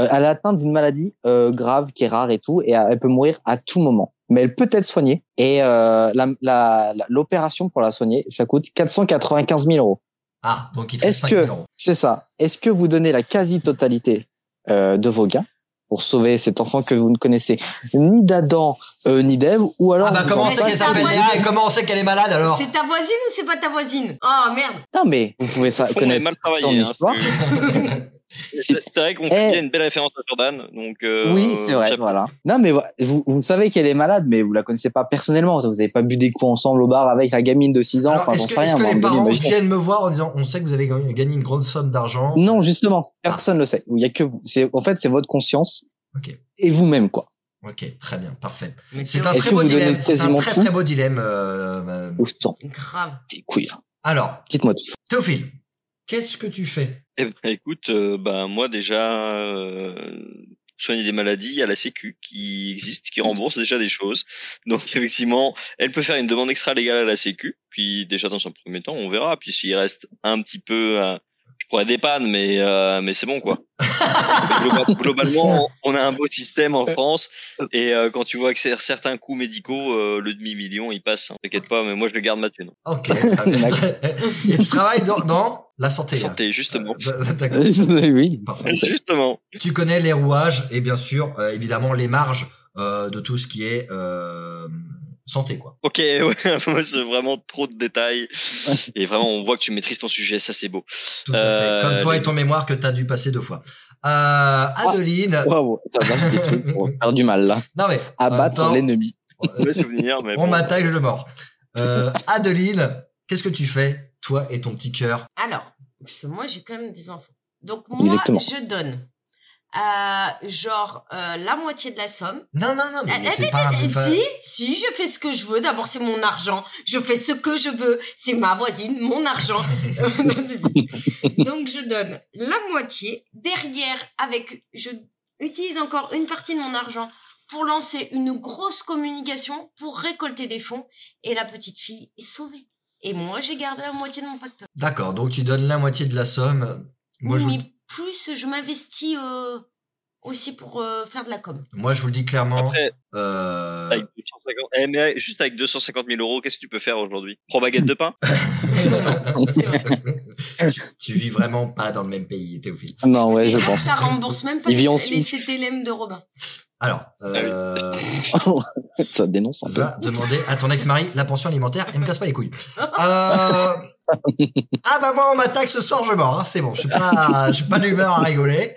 [SPEAKER 4] euh, elle est atteinte d'une maladie euh, grave qui est rare et tout, et euh, elle peut mourir à tout moment. Mais elle peut être soignée. Et euh, la- la- la- l'opération pour la soigner, ça coûte 495 000 euros.
[SPEAKER 2] Ah, donc il te reste 5
[SPEAKER 4] Est-ce
[SPEAKER 2] 000
[SPEAKER 4] que-
[SPEAKER 2] euros.
[SPEAKER 4] C'est ça. Est-ce que vous donnez la quasi-totalité euh, de vos gains pour sauver cet enfant que vous ne connaissez ni d'Adam euh, ni d'Ève, ou alors
[SPEAKER 2] Ah bah
[SPEAKER 4] vous
[SPEAKER 2] comment on
[SPEAKER 4] en
[SPEAKER 2] sait
[SPEAKER 4] passez-
[SPEAKER 2] qu'elle s'appelle
[SPEAKER 3] c'est-
[SPEAKER 2] Léa et comment on sait qu'elle est malade alors
[SPEAKER 3] C'est ta voisine ou c'est pas ta voisine Oh merde
[SPEAKER 4] Non mais vous pouvez ça,
[SPEAKER 5] On est
[SPEAKER 4] connaître
[SPEAKER 5] mal
[SPEAKER 4] son
[SPEAKER 5] travaillé. hein,
[SPEAKER 4] histoire.
[SPEAKER 5] parce que
[SPEAKER 4] Si-
[SPEAKER 5] C'est c'est vrai qu'on
[SPEAKER 4] Eh.
[SPEAKER 5] fait une belle référence à Jordan. Donc, euh,
[SPEAKER 4] oui, c'est vrai,
[SPEAKER 5] chapeau.
[SPEAKER 4] voilà. Non, mais vo- vous, vous savez qu'elle est malade, mais vous la connaissez pas personnellement. Vous avez pas bu des coups ensemble au bar avec la gamine de 6 ans.
[SPEAKER 2] Alors,
[SPEAKER 4] Enfin,
[SPEAKER 2] est-ce
[SPEAKER 4] j'en
[SPEAKER 2] que,
[SPEAKER 4] sais rien.
[SPEAKER 2] est-ce que
[SPEAKER 4] moi,
[SPEAKER 2] les
[SPEAKER 4] on peut
[SPEAKER 2] parents
[SPEAKER 4] l'imaginer.
[SPEAKER 2] viennent me voir en disant on sait que vous avez gagné gagné une grande somme d'argent
[SPEAKER 4] Non, justement, personne ne le sait. Il y a que vous. C'est, en fait, c'est votre conscience
[SPEAKER 2] Ok.
[SPEAKER 4] et vous-même, quoi.
[SPEAKER 2] Ok, très bien, parfait.
[SPEAKER 3] Mais
[SPEAKER 2] C'est
[SPEAKER 3] t'es
[SPEAKER 2] un
[SPEAKER 4] Est-ce
[SPEAKER 2] très
[SPEAKER 4] que
[SPEAKER 2] beau
[SPEAKER 4] vous donnez
[SPEAKER 2] dilemme. C'est un
[SPEAKER 4] quasiment
[SPEAKER 2] très
[SPEAKER 4] tout
[SPEAKER 2] très beau dilemme. euh, euh,
[SPEAKER 4] Ouf, sans
[SPEAKER 3] grave.
[SPEAKER 4] tes couilles. hein.
[SPEAKER 2] Alors,
[SPEAKER 4] Dites-moi tout.
[SPEAKER 2] Théophile, qu'est-ce que tu fais
[SPEAKER 5] Eh ben, écoute, euh, ben, moi déjà, euh, soigner des maladies, il y a la Sécu qui existe, qui rembourse déjà des choses. Donc effectivement, elle peut faire une demande extra-légale à la Sécu. Puis déjà dans un premier temps, on verra. Puis s'il reste un petit peu, euh, je pourrais dépanne, mais euh, mais c'est bon quoi. Globa- Globalement, on a un beau système en France. Et euh, quand tu vois que c'est- certains coûts médicaux, euh, le demi-million, il passe. hein. T'inquiète pas, mais moi je le garde ma thune.
[SPEAKER 2] Ok, très bien. Et tu travailles dans, dans la santé. là.
[SPEAKER 5] Santé, justement.
[SPEAKER 2] Euh, D'accord.
[SPEAKER 4] oui.
[SPEAKER 2] Parfait.
[SPEAKER 5] Justement.
[SPEAKER 2] Tu connais les rouages et bien sûr, euh, évidemment, les marges euh, de tout ce qui est euh, santé, quoi.
[SPEAKER 5] Ok, ouais, moi c'est vraiment trop de détails. Et vraiment, on voit que tu maîtrises ton sujet, ça c'est beau.
[SPEAKER 2] Tout à
[SPEAKER 5] Euh,
[SPEAKER 2] fait. Comme toi
[SPEAKER 5] les-
[SPEAKER 2] et ton mémoire que t'as dû passer deux fois. Euh, Adeline.
[SPEAKER 4] Waouh, ça marche des trucs pour faire du mal, là.
[SPEAKER 2] Non mais. en
[SPEAKER 4] Abattre
[SPEAKER 2] même temps,
[SPEAKER 4] l'ennemi.
[SPEAKER 5] Mauvais souvenir, mais
[SPEAKER 2] On
[SPEAKER 5] bon.
[SPEAKER 2] m'attaque, je le mords. Euh, Adeline, qu'est-ce que tu fais, toi et ton petit cœur
[SPEAKER 3] Alors, parce que moi, j'ai quand même des enfants. Donc, moi,
[SPEAKER 4] Exactement.
[SPEAKER 3] je donne euh, genre euh, la moitié de la somme.
[SPEAKER 2] Non, non, non, mais
[SPEAKER 3] Ah,
[SPEAKER 2] c'est pas un
[SPEAKER 3] Et
[SPEAKER 2] peu fa-
[SPEAKER 3] Si, si, je fais ce que je veux. D'abord, c'est mon argent. Je fais ce que je veux. C'est ma voisine, mon argent. Donc, je donne la moitié. Derrière, avec, je utilise encore une partie de mon argent pour lancer une grosse communication pour récolter des fonds. Et la petite fille est sauvée. Et moi, j'ai gardé la moitié de mon pacte.
[SPEAKER 2] D'accord, donc tu donnes la moitié de la somme. Moi, je,
[SPEAKER 3] Oui,
[SPEAKER 2] vous-
[SPEAKER 3] mais plus je m'investis euh, aussi pour euh, faire de la com.
[SPEAKER 2] moi, je vous le dis clairement.
[SPEAKER 5] Après,
[SPEAKER 2] euh,
[SPEAKER 5] avec 250 eh, mais juste avec 250 000 euros, qu'est-ce que tu peux faire aujourd'hui Trois baguettes de pain
[SPEAKER 2] tu, tu vis vraiment pas dans le même pays, Théophile.
[SPEAKER 4] Non, ouais, je
[SPEAKER 3] Et
[SPEAKER 4] pense.
[SPEAKER 3] Ça rembourse même pas
[SPEAKER 4] Il vit en
[SPEAKER 3] les, les
[SPEAKER 4] Suisse.
[SPEAKER 3] CTLM de Robin.
[SPEAKER 2] Alors, euh,
[SPEAKER 4] ça dénonce un peu.
[SPEAKER 2] va demander à ton ex-mari la pension alimentaire et me casse pas les couilles. Euh, Ah bah moi on m'attaque ce soir je mors, hein, c'est bon, je suis pas, je suis pas d'humeur à rigoler.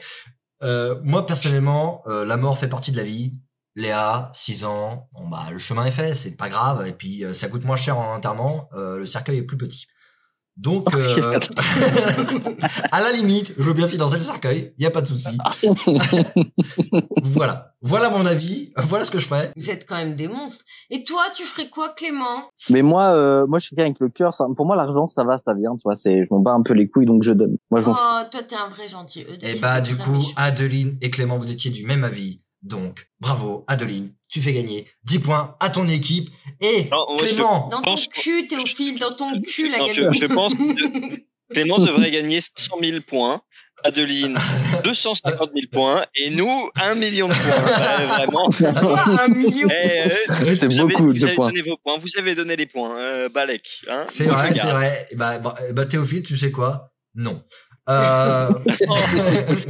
[SPEAKER 2] Euh, moi personnellement, euh, la mort fait partie de la vie. Léa, 6 ans, bon bah le chemin est fait, c'est pas grave, et puis euh, ça coûte moins cher en enterrement, euh, le cercueil est plus petit. Donc, euh, à la limite, je veux bien financer le cercueil, y a pas de souci.
[SPEAKER 4] hein.
[SPEAKER 2] Voilà, voilà mon avis, voilà ce que je ferais.
[SPEAKER 3] Vous êtes quand même des monstres. Et toi, tu ferais quoi, Clément
[SPEAKER 4] Mais moi, euh, moi, je suis quelqu'un avec le cœur. ça- Pour moi, l'argent, ça va, ça vient. Tu vois, c'est, je m'en bats un peu les couilles, donc je donne. Moi, je m'en
[SPEAKER 3] Oh, toi, t'es un vrai gentil. Eux
[SPEAKER 5] Eh
[SPEAKER 3] deux,
[SPEAKER 2] Et
[SPEAKER 3] c'est
[SPEAKER 2] bah
[SPEAKER 3] des
[SPEAKER 2] du
[SPEAKER 3] vrais
[SPEAKER 2] coup,
[SPEAKER 3] riches.
[SPEAKER 5] ah,
[SPEAKER 2] Adeline et Clément, vous étiez du même avis. Donc, bravo Adeline, tu fais gagner 10 points à ton équipe. Et
[SPEAKER 5] Non, moi, je-
[SPEAKER 2] Clément,
[SPEAKER 3] Dans ton
[SPEAKER 5] Pense-
[SPEAKER 3] cul, Théophile, dans ton cul, la
[SPEAKER 5] Non, je,
[SPEAKER 3] gagnante.
[SPEAKER 5] je pense que Clément devrait gagner 500 000 points. Adeline, 250 000 points. Et nous, 1 million de points. Eh, vraiment.
[SPEAKER 4] Ah, fous.
[SPEAKER 3] un million.
[SPEAKER 5] Eh, eh,
[SPEAKER 4] c'est
[SPEAKER 5] vous avez-
[SPEAKER 4] beaucoup
[SPEAKER 5] vous
[SPEAKER 4] de
[SPEAKER 5] avez
[SPEAKER 4] points.
[SPEAKER 5] donné vos points. Vous avez donné les points. Euh, Balek. Hein
[SPEAKER 2] c'est
[SPEAKER 5] Moi, je
[SPEAKER 2] vrai, c'est
[SPEAKER 5] garde.
[SPEAKER 2] vrai. Et bah, bah, bah, Théophile, tu sais quoi Non. Euh,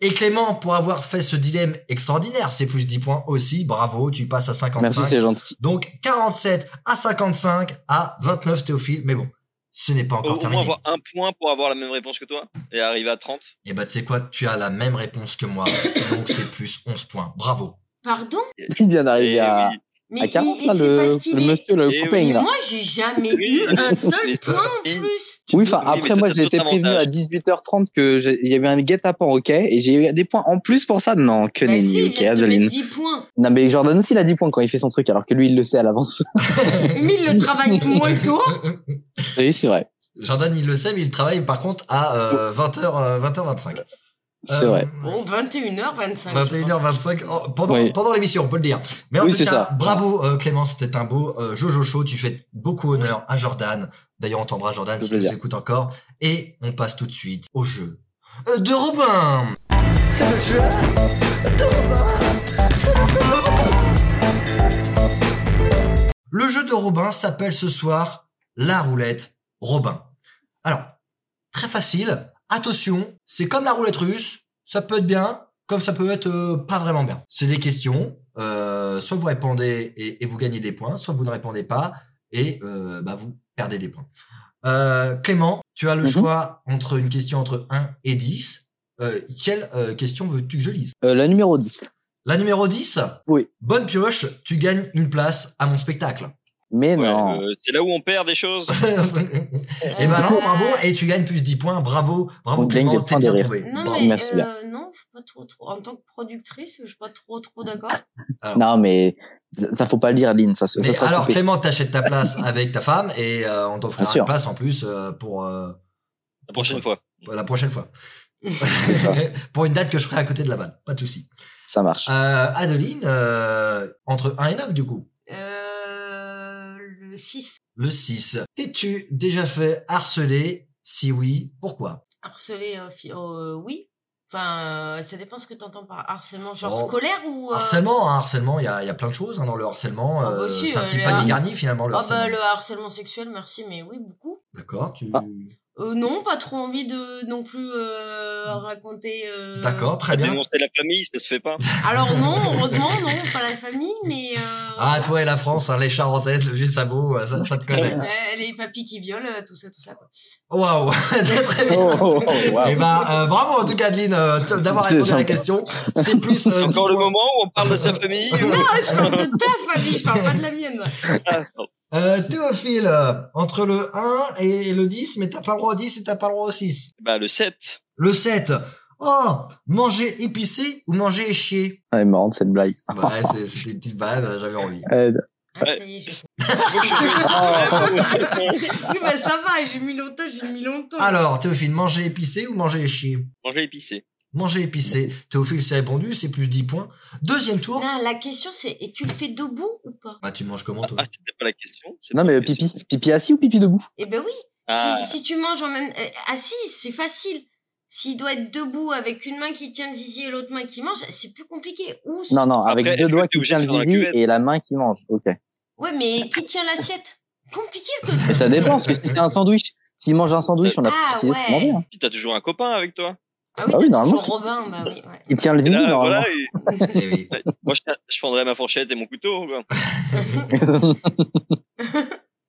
[SPEAKER 2] et Clément, pour avoir fait ce dilemme extraordinaire, c'est plus 10 points aussi. Bravo, tu passes à 55.
[SPEAKER 4] Merci, c'est gentil.
[SPEAKER 2] Donc 47 à 55 à 29 Théophile. Mais bon, ce n'est pas
[SPEAKER 5] Au,
[SPEAKER 2] encore
[SPEAKER 5] au moins
[SPEAKER 2] terminé.
[SPEAKER 5] avoir un point pour avoir la même réponse que toi et arriver à 30.
[SPEAKER 2] Et bah tu sais quoi, tu as la même réponse que moi. donc c'est plus 11 points. Bravo.
[SPEAKER 3] Pardon
[SPEAKER 4] Il vient d'arriver
[SPEAKER 5] Et
[SPEAKER 4] à,
[SPEAKER 5] oui.
[SPEAKER 3] Eh Mais
[SPEAKER 4] à
[SPEAKER 3] il-
[SPEAKER 4] 40,
[SPEAKER 3] il-
[SPEAKER 4] là,
[SPEAKER 3] c'est
[SPEAKER 4] Ah, le,
[SPEAKER 3] parce qu'il
[SPEAKER 4] le
[SPEAKER 3] est.
[SPEAKER 4] monsieur, le
[SPEAKER 5] Et
[SPEAKER 4] copain,
[SPEAKER 5] oui,
[SPEAKER 4] là.
[SPEAKER 3] Eh Moi, j'ai jamais
[SPEAKER 5] Oui.
[SPEAKER 3] eu un seul
[SPEAKER 5] Mais-
[SPEAKER 3] point en
[SPEAKER 5] Oui.
[SPEAKER 3] plus.
[SPEAKER 4] Oui, enfin,
[SPEAKER 5] Oui, mais
[SPEAKER 4] après, moi,
[SPEAKER 5] t'as
[SPEAKER 4] j'ai été
[SPEAKER 5] d'autres
[SPEAKER 4] prévenu à
[SPEAKER 5] avantages.
[SPEAKER 4] 18h30 que j'ai- il y avait un guet-apens, ok, et j'ai eu des points en plus pour ça. Non, que
[SPEAKER 3] Bah
[SPEAKER 4] nenni,
[SPEAKER 3] si, il
[SPEAKER 4] ok,
[SPEAKER 3] vient de te
[SPEAKER 4] Adeline.
[SPEAKER 3] mettre 10 points.
[SPEAKER 4] Non, mais Jordan aussi, il a 10 points quand il fait son truc, alors que lui, il le sait à l'avance.
[SPEAKER 3] Mais il le travaille moins que toi.
[SPEAKER 4] oui, c'est vrai.
[SPEAKER 2] Jordan, il le sait, mais il travaille par contre à euh, 20h, 20h25.
[SPEAKER 4] C'est vrai.
[SPEAKER 2] Euh,
[SPEAKER 3] Bon, 21h25.
[SPEAKER 2] 21h25 oh, pendant,
[SPEAKER 4] Oui.
[SPEAKER 2] pendant l'émission, on peut le dire. Mais en
[SPEAKER 4] Oui,
[SPEAKER 2] tout
[SPEAKER 4] c'est
[SPEAKER 2] cas,
[SPEAKER 4] ça.
[SPEAKER 2] bravo euh, Clément, c'était un beau euh, Jojo Show. Tu fais beaucoup honneur à Jordan. D'ailleurs, on t'embrasse Jordan
[SPEAKER 4] Le
[SPEAKER 2] si tu
[SPEAKER 4] plaisir.
[SPEAKER 2] nous écoutes encore. Et on passe tout de suite au jeu euh, de Robin.
[SPEAKER 6] C'est le jeu.
[SPEAKER 2] Le jeu de Robin s'appelle ce soir la roulette Robin. Alors, très facile. Attention, c'est comme la roulette russe. Ça peut être bien, comme ça peut être euh, pas vraiment bien. C'est des questions. euh, soit vous répondez et, et vous gagnez des points, soit vous ne répondez pas et euh, bah, vous perdez des points. Euh, Clément, tu as le
[SPEAKER 4] Mhm.
[SPEAKER 2] choix entre une question entre 1 et 10. Euh, quelle euh, question veux-tu que je lise
[SPEAKER 4] Euh, la numéro 10.
[SPEAKER 2] La numéro 10
[SPEAKER 4] Oui.
[SPEAKER 2] Bonne pioche, tu gagnes une place à mon spectacle.
[SPEAKER 4] Mais
[SPEAKER 5] Ouais,
[SPEAKER 4] non.
[SPEAKER 5] euh, c'est là où on perd des choses. Eh
[SPEAKER 2] Et
[SPEAKER 5] bah
[SPEAKER 2] ben
[SPEAKER 3] Euh,
[SPEAKER 2] non, bravo, et tu gagnes plus 10 points, bravo, bravo
[SPEAKER 4] On gagne
[SPEAKER 2] Clément,
[SPEAKER 4] des
[SPEAKER 2] t'es
[SPEAKER 4] points
[SPEAKER 2] bien
[SPEAKER 4] de rire.
[SPEAKER 2] trouvé.
[SPEAKER 3] Non,
[SPEAKER 2] Bravo.
[SPEAKER 3] mais
[SPEAKER 4] Merci
[SPEAKER 3] euh,
[SPEAKER 4] bien.
[SPEAKER 3] non, je suis pas trop, trop. En tant que productrice, je suis pas trop, trop d'accord. euh,
[SPEAKER 4] Non, mais ça faut pas le dire, Adeline. Ça, se- ça
[SPEAKER 2] Mais
[SPEAKER 4] sera
[SPEAKER 2] alors
[SPEAKER 4] coupé.
[SPEAKER 2] Clément, t'achètes ta place avec ta femme et euh, on t'offre
[SPEAKER 4] Bien
[SPEAKER 2] une
[SPEAKER 4] sûr.
[SPEAKER 2] place en plus euh, pour euh,
[SPEAKER 5] La prochaine fois.
[SPEAKER 2] la prochaine fois.
[SPEAKER 4] ça.
[SPEAKER 2] pour une date que je ferai à côté de la balle, pas de souci.
[SPEAKER 4] Ça marche.
[SPEAKER 2] Euh, Adeline, euh, entre 1 et 9 du coup,
[SPEAKER 3] Euh, le 6,
[SPEAKER 2] le 6. T'es-tu déjà fait harceler Si oui, pourquoi
[SPEAKER 3] harceler, euh, fi- euh, oui. Enfin, euh, ça dépend ce que tu entends par harcèlement, genre
[SPEAKER 2] Oh.
[SPEAKER 3] scolaire ou. euh,
[SPEAKER 2] Harcèlement, hein, harcèlement, il y a, il y a plein de choses hein, dans le harcèlement.
[SPEAKER 3] Ah, bah
[SPEAKER 2] euh,
[SPEAKER 3] si,
[SPEAKER 2] c'est un
[SPEAKER 3] euh,
[SPEAKER 2] petit
[SPEAKER 3] les
[SPEAKER 2] panier
[SPEAKER 3] har-
[SPEAKER 2] garni finalement le
[SPEAKER 3] Ah bah,
[SPEAKER 2] harcèlement.
[SPEAKER 3] le harcèlement sexuel, merci, mais oui, beaucoup.
[SPEAKER 2] D'accord, tu...
[SPEAKER 4] Ah.
[SPEAKER 3] Euh, non, pas trop envie de non plus euh, raconter. euh,
[SPEAKER 2] Hmm. D'accord, très
[SPEAKER 5] À
[SPEAKER 2] bien.
[SPEAKER 5] dénoncer la famille, ça se fait pas.
[SPEAKER 3] Alors non, heureusement, non, pas la famille, mais. euh,
[SPEAKER 2] Ah, toi et la France, hein, les Charentaises, le vieux sabot, euh, ça, ça te connaît.
[SPEAKER 3] euh, les papis qui violent, euh, tout ça, tout ça. quoi.
[SPEAKER 2] Waouh, très très bien.
[SPEAKER 4] Oh, oh, oh, wow.
[SPEAKER 2] Eh ben, euh, bravo en tout cas, Adeline, euh, t- d'avoir
[SPEAKER 4] C'est
[SPEAKER 2] répondu à la
[SPEAKER 4] sympa.
[SPEAKER 2] question. C'est plus. euh,
[SPEAKER 5] C'est encore le
[SPEAKER 2] dix points.
[SPEAKER 5] moment où on parle de sa famille.
[SPEAKER 3] Non,
[SPEAKER 2] Ah,
[SPEAKER 3] je parle de ta famille, je parle pas de la mienne.
[SPEAKER 5] Ah, pardon.
[SPEAKER 2] Euh, Théophile, euh, entre le 1 et le 10, mais t'as pas le droit au 10 et t'as pas le droit au 6.
[SPEAKER 5] bah, le 7.
[SPEAKER 2] Le 7. Oh, manger épicé ou manger échié
[SPEAKER 4] Ah, Elle est marrante, cette blague.
[SPEAKER 2] Ouais, c'est- c'était une petite vanne, euh, j'avais envie.
[SPEAKER 4] Euh,
[SPEAKER 3] Ah, ça y est, j'ai Oui, bah ça va, j'ai mis longtemps, j'ai mis longtemps.
[SPEAKER 2] Alors, Théophile, manger épicé ou manger échié
[SPEAKER 5] Manger épicé.
[SPEAKER 2] Manger épicé. Théophile s'est répondu, c'est plus 10 points. Deuxième tour.
[SPEAKER 3] Non, la question c'est, et tu le fais debout ou pas
[SPEAKER 2] Bah, tu manges comment, toi
[SPEAKER 5] Ah, c'était pas la question. c'était
[SPEAKER 4] Non,
[SPEAKER 5] pas
[SPEAKER 4] mais
[SPEAKER 5] la
[SPEAKER 4] euh,
[SPEAKER 5] question.
[SPEAKER 4] pipi. Pipi assis ou pipi debout
[SPEAKER 3] Eh ben oui,
[SPEAKER 5] Ah,
[SPEAKER 3] si, si tu manges en même... euh, assis, c'est facile. S'il doit être debout avec une main qui tient le zizi et l'autre main qui mange, c'est plus compliqué. Ou...
[SPEAKER 4] Non, non,
[SPEAKER 5] Après,
[SPEAKER 4] avec
[SPEAKER 5] est-ce
[SPEAKER 4] deux
[SPEAKER 5] que
[SPEAKER 4] doigts
[SPEAKER 5] t'es
[SPEAKER 4] qui
[SPEAKER 5] obligé de
[SPEAKER 4] tiennent
[SPEAKER 5] faire dans
[SPEAKER 4] le
[SPEAKER 5] la
[SPEAKER 4] bibi
[SPEAKER 5] cuvette
[SPEAKER 4] et la main qui mange. Ok.
[SPEAKER 3] Ouais, mais qui tient l'assiette Compliqué Ah que
[SPEAKER 4] Mais ça dépend, parce que si c'est un sandwich, s'il mange un sandwich, on a
[SPEAKER 3] Ah,
[SPEAKER 4] précisé ce qu'on
[SPEAKER 3] ouais.
[SPEAKER 4] mange, hein.
[SPEAKER 5] t'as toujours un copain avec toi.
[SPEAKER 3] Ah
[SPEAKER 4] Bah oui,
[SPEAKER 3] t'as
[SPEAKER 4] normalement,
[SPEAKER 3] toujours Robin, bah oui. ouais.
[SPEAKER 4] Il tient le
[SPEAKER 5] Et
[SPEAKER 4] bibi,
[SPEAKER 5] là,
[SPEAKER 4] normalement.
[SPEAKER 5] voilà, et-
[SPEAKER 2] Eh oui.
[SPEAKER 5] moi, je, je prendrais ma fourchette et mon couteau. quoi.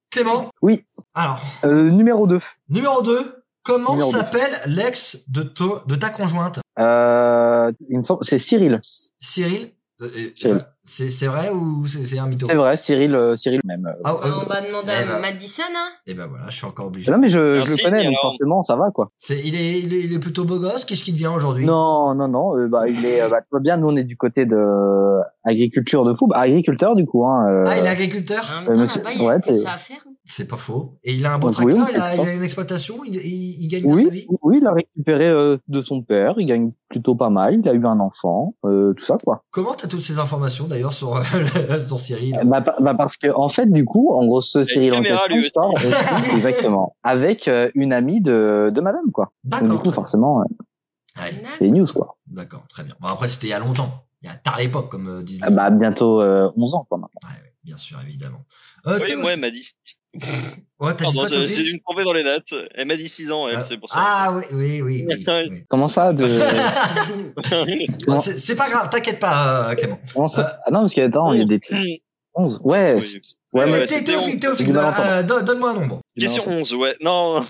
[SPEAKER 2] Clément
[SPEAKER 4] Oui.
[SPEAKER 2] Alors,
[SPEAKER 4] Euh, numéro 2.
[SPEAKER 2] numéro 2, comment
[SPEAKER 4] Numéro deux.
[SPEAKER 2] s'appelle l'ex de, to- de ta conjointe
[SPEAKER 4] Euh, il me semble- c'est Cyril.
[SPEAKER 2] Cyril Euh, euh,
[SPEAKER 4] Cyril.
[SPEAKER 2] C'est c'est vrai ou c'est c'est un mytho
[SPEAKER 4] C'est vrai, Cyril, euh, Cyril même. euh.
[SPEAKER 2] Ah, euh,
[SPEAKER 3] On va demander
[SPEAKER 2] Eh
[SPEAKER 3] à
[SPEAKER 2] ben.
[SPEAKER 3] Madison, hein
[SPEAKER 2] Et ben voilà, je suis encore obligé.
[SPEAKER 4] Non, mais je, je
[SPEAKER 5] Merci,
[SPEAKER 4] le connais, donc
[SPEAKER 5] alors.
[SPEAKER 4] forcément, ça va, quoi.
[SPEAKER 2] C'est il, est, il, est, il est plutôt beau gosse, qu'est-ce qu'il devient aujourd'hui
[SPEAKER 4] Non, non, non. euh, bah, il est, euh, bah, tu vois bien, nous, on est du côté de euh, agriculture de fou. Bah, agriculteur, du coup, hein. euh,
[SPEAKER 2] Ah, il est agriculteur
[SPEAKER 3] En
[SPEAKER 4] Euh,
[SPEAKER 3] même temps,
[SPEAKER 4] monsieur-
[SPEAKER 3] là-bas, il y a
[SPEAKER 4] ouais,
[SPEAKER 3] que
[SPEAKER 4] t'es-
[SPEAKER 3] ça à faire.
[SPEAKER 2] C'est pas faux. Et il a un beau
[SPEAKER 4] Oui,
[SPEAKER 2] tracteur, il, a,
[SPEAKER 4] c'est ça.
[SPEAKER 2] il a une exploitation, il, il, il gagne bien sa
[SPEAKER 4] oui,
[SPEAKER 2] vie.
[SPEAKER 4] oui, il a récupéré euh, de son père. Il gagne plutôt pas mal. Il a eu un enfant, euh, tout ça, quoi.
[SPEAKER 2] Comment t'as toutes ces informations d'ailleurs sur, sur Cyril
[SPEAKER 4] Bah, par- bah parce que en fait du coup en gros ce
[SPEAKER 5] a une
[SPEAKER 4] Cyril en
[SPEAKER 5] caméra,
[SPEAKER 4] question
[SPEAKER 5] lui aussi.
[SPEAKER 4] sort aussi, exactement avec euh, une amie de, de madame quoi donc
[SPEAKER 2] D'accord.
[SPEAKER 4] du coup
[SPEAKER 2] très bien.
[SPEAKER 4] forcément euh,
[SPEAKER 2] Ouais,
[SPEAKER 3] Nac.
[SPEAKER 4] les news quoi
[SPEAKER 2] D'accord, très bien. Bon, après, c'était il y a longtemps. Il y a tard l'époque, comme euh, disent les
[SPEAKER 4] Ah bah bientôt euh, 11 ans quoi maintenant
[SPEAKER 2] Bien sûr, évidemment. Euh,
[SPEAKER 5] Oui,
[SPEAKER 2] Théo-
[SPEAKER 5] moi, elle m'a dit.
[SPEAKER 2] Ouais, t'as dit
[SPEAKER 5] Pardon,
[SPEAKER 2] quoi,
[SPEAKER 5] j'ai
[SPEAKER 2] Théophile
[SPEAKER 5] j'ai dû me tromper dans les dates. Elle m'a dit 6 ans, elle,
[SPEAKER 2] Ah.
[SPEAKER 5] c'est pour ça.
[SPEAKER 2] Ah oui, oui, oui. oui, oui.
[SPEAKER 4] comment ça de
[SPEAKER 2] Bon, c'est- C'est pas grave, t'inquiète pas, euh, Clément.
[SPEAKER 4] comment ça ah non parce que attends il y a des
[SPEAKER 5] Oui.
[SPEAKER 4] 11 ouais
[SPEAKER 5] Oui.
[SPEAKER 4] c'est- ouais
[SPEAKER 2] Eh,
[SPEAKER 4] mais
[SPEAKER 5] ouais,
[SPEAKER 2] Thé-
[SPEAKER 5] c'était
[SPEAKER 2] Théophile,
[SPEAKER 5] on-
[SPEAKER 2] Théophile,
[SPEAKER 4] c'était mal
[SPEAKER 2] euh, don- donne-moi un nombre.
[SPEAKER 5] Question 11, ouais. Non,